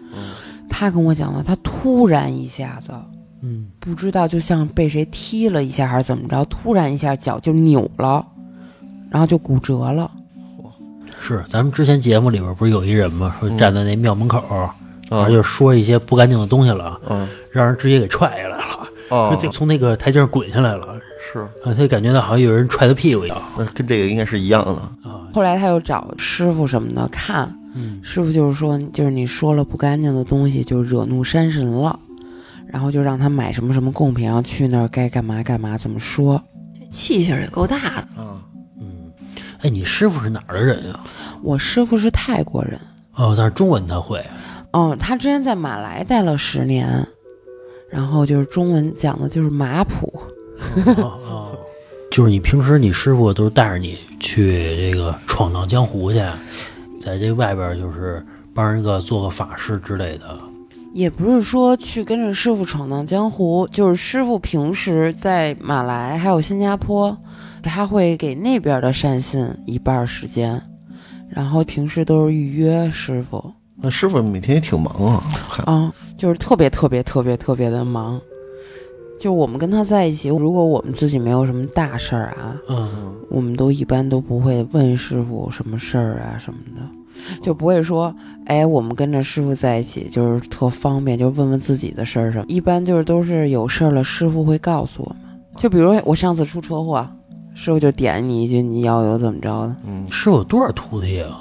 Speaker 3: 他跟我讲的，他突然一下子。
Speaker 1: 嗯，
Speaker 3: 不知道就像被谁踢了一下还是怎么着，突然一下脚就扭了，然后就骨折了。
Speaker 1: 是，咱们之前节目里边不是有一人吗？说站在那庙门口，然
Speaker 2: 啊
Speaker 1: 后就说一些不干净的东西了，
Speaker 2: 啊
Speaker 1: 让人直接给踹下来了，
Speaker 2: 啊
Speaker 1: 说，就从那个台阶上滚下来了，
Speaker 2: 是，
Speaker 1: 啊，他就感觉到好像有人踹他屁股一样
Speaker 2: 那跟这个应该是一样的。
Speaker 1: 啊。
Speaker 3: 后来他又找师傅什么的看，
Speaker 1: 嗯
Speaker 3: 师傅就是说，就是你说了不干净的东西，就惹怒山神了，然后就让他买什么什么贡品，然后去那儿该干嘛干嘛，怎么说？
Speaker 5: 气性也够大的。
Speaker 2: 啊，
Speaker 1: 嗯，哎，你师傅是哪儿的人呀、
Speaker 3: 我师傅是泰国人，
Speaker 1: 哦，但是中文他会。
Speaker 3: 嗯，他之前在马来待了十年，然后就是中文讲的就是马普，
Speaker 1: 哦哦， [laughs] 就是你平时你师傅都是带着你去这个闯荡江湖去，在这外边就是帮人个做个法事之类的。
Speaker 3: 也不是说去跟着师傅闯荡江湖，就是师傅平时在马来还有新加坡，他会给那边的善信一半儿时间，然后平时都是预约师傅
Speaker 2: 那师傅每天也挺忙啊，看
Speaker 3: 啊，就是特别特别特别特别的忙。就我们跟他在一起，如果我们自己没有什么大事儿啊，
Speaker 1: 嗯，
Speaker 3: 我们都一般都不会问师傅什么事儿啊什么的，就不会说，哎，我们跟着师傅在一起就是特方便，就问问自己的事儿什么。一般就是都是有事儿了，师傅会告诉我们。就比如我上次出车祸，师傅就点你一句，你要有怎么着的。
Speaker 2: 嗯
Speaker 1: 师傅有多少徒弟啊？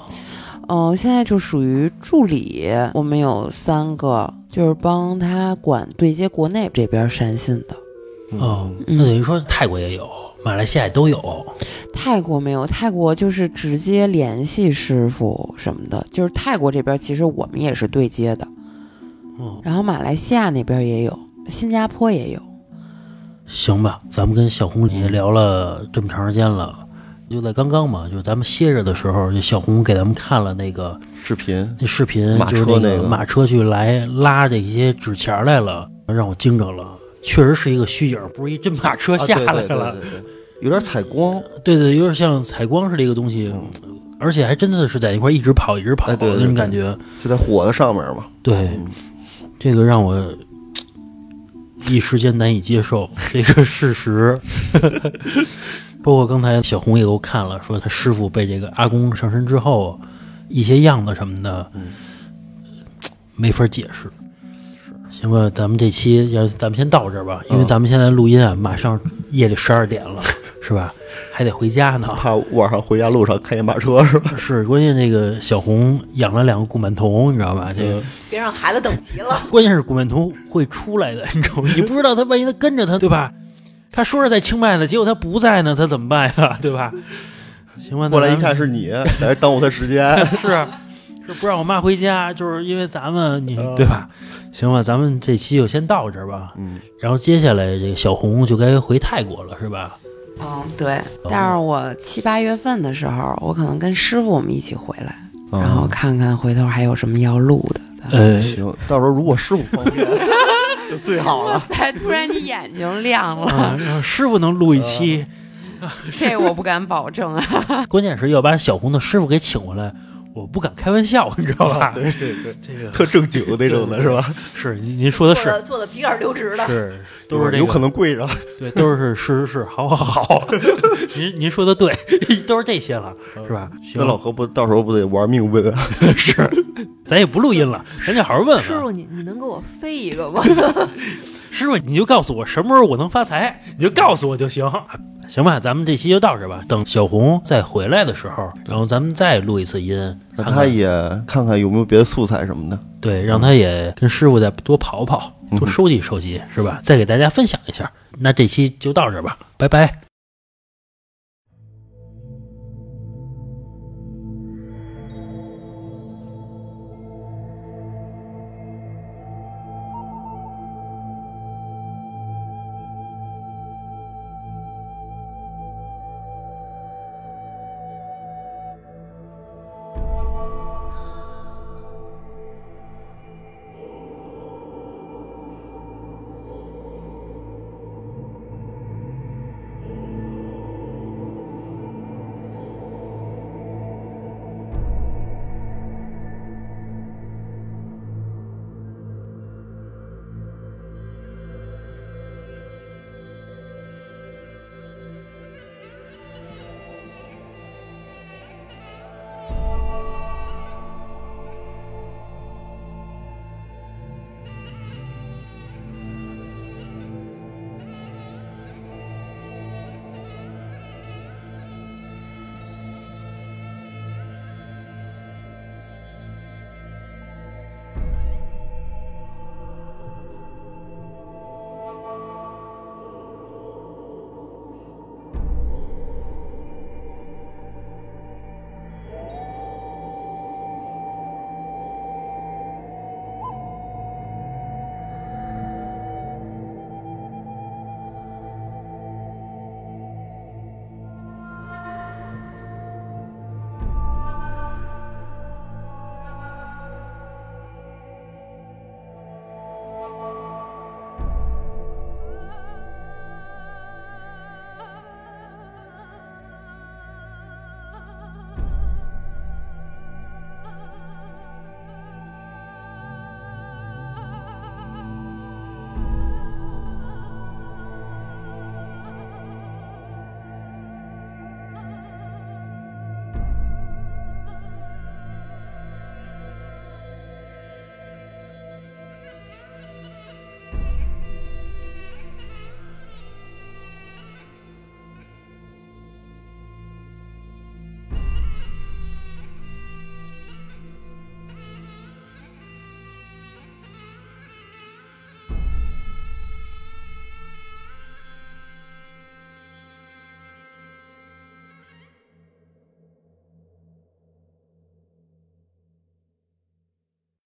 Speaker 3: 嗯、现在就属于助理，我们有三个，就是帮他管对接国内这边善信的。
Speaker 1: 哦，
Speaker 3: 嗯
Speaker 1: 那等于说泰国也有，马来西亚也都有。
Speaker 3: 泰国没有，泰国就是直接联系师傅什么的，就是泰国这边其实我们也是对接的，
Speaker 1: 嗯，
Speaker 3: 然后马来西亚那边也有，新加坡也有。
Speaker 1: 行吧，咱们跟小红也聊了这么长时间了。就在刚刚嘛，就是咱们歇着的时候，就小红给咱们看了那个
Speaker 2: 视频
Speaker 1: 那视频，
Speaker 2: 马
Speaker 1: 就是
Speaker 2: 车那
Speaker 1: 个
Speaker 2: 个
Speaker 1: 马车去来拉这些纸钱儿来了，让我惊着了。确实是一个虚影，不是一真马车下来了。
Speaker 2: 啊对对对对对有点采光，
Speaker 1: 对对有点像采光似的一个东西，而且还真的是在一块儿一直跑，一直跑
Speaker 2: 哎嗯对对
Speaker 1: 那种感觉。
Speaker 2: 就在火的上面嘛。
Speaker 1: 对，这个让
Speaker 2: [laughs]
Speaker 1: 我一时间难以接受这个事实。 [laughs] 包括刚才小红也给我看了，说他师傅被这个阿公上身之后，一些样子什么的，
Speaker 2: 嗯
Speaker 1: 没法解释。行吧，
Speaker 2: 嗯 [laughs]
Speaker 1: 咱们这期要咱们先到这儿吧，因为咱们现在录音啊，马上夜里十二点了，是吧？还得回家呢。
Speaker 2: 怕晚上回家路上开一马车 [laughs] 是吧？
Speaker 1: 是，关键这个小红养了两个顾曼童，你知道吧？这个
Speaker 2: 嗯
Speaker 5: 别让孩子等急了。
Speaker 1: 关键是顾曼童会出来的，你知道吗？你不知道他万一他跟着他，对吧？他说是在清迈呢，结果他不在呢，他怎么办呀？对吧？行吧，那
Speaker 2: 过来一
Speaker 1: 咱们
Speaker 2: 看是你，来耽误他时间。
Speaker 1: [laughs] 是啊是不让我妈回家，就是因为咱们你对吧？行吧，咱们这期就先到这儿吧。
Speaker 2: 嗯，
Speaker 1: 然后接下来这个小红就该回泰国了，是吧？
Speaker 3: 哦，对，但是我七八月份的时候，我可能跟师傅我们一起回来，然后
Speaker 2: 啊，
Speaker 3: 看看回头还有什么要录的。咱们
Speaker 1: 呃，
Speaker 2: 行，到时候如果师傅方便就最好了。
Speaker 3: 哎，突然你眼睛亮了，
Speaker 1: 啊，让师傅能录一期，
Speaker 3: [laughs] 这我不敢保证啊。
Speaker 1: 关键是要把小红的师傅给请过来，我不敢开玩笑，你知道吧？
Speaker 2: 对对对，
Speaker 1: 这个
Speaker 2: [laughs] 特正经的那种的是吧？
Speaker 1: 是您您说的
Speaker 5: 做的
Speaker 1: 是
Speaker 5: 做的笔杆溜直的，
Speaker 1: 是都是这个
Speaker 2: 有可能跪着。
Speaker 1: 对，都是是是是，好好
Speaker 2: [laughs]
Speaker 1: 好，您您说的对，都是这些了，
Speaker 2: 嗯
Speaker 1: 是吧？行
Speaker 2: 那，老何不到时候不得玩命问 [laughs] 啊？
Speaker 1: 是，咱也不录音了，咱就好好问啊问
Speaker 4: 师傅，你你能给我飞一
Speaker 5: [laughs]
Speaker 4: 个吗？
Speaker 1: 师傅，你就告诉我什么时候我能发财，你就告诉我就行，
Speaker 2: 嗯
Speaker 1: 行吧？咱们这期就到这吧。等小红再回来的时候，然后咱们再录一次音，
Speaker 2: 那
Speaker 1: 看
Speaker 2: 他
Speaker 1: 看
Speaker 2: 也看看有没有别的素材什么的。
Speaker 1: 对，让他也跟师傅再多跑跑，
Speaker 2: 嗯
Speaker 1: 多收集收集，是吧？再给大家分享一下。那这期就到这吧，拜拜。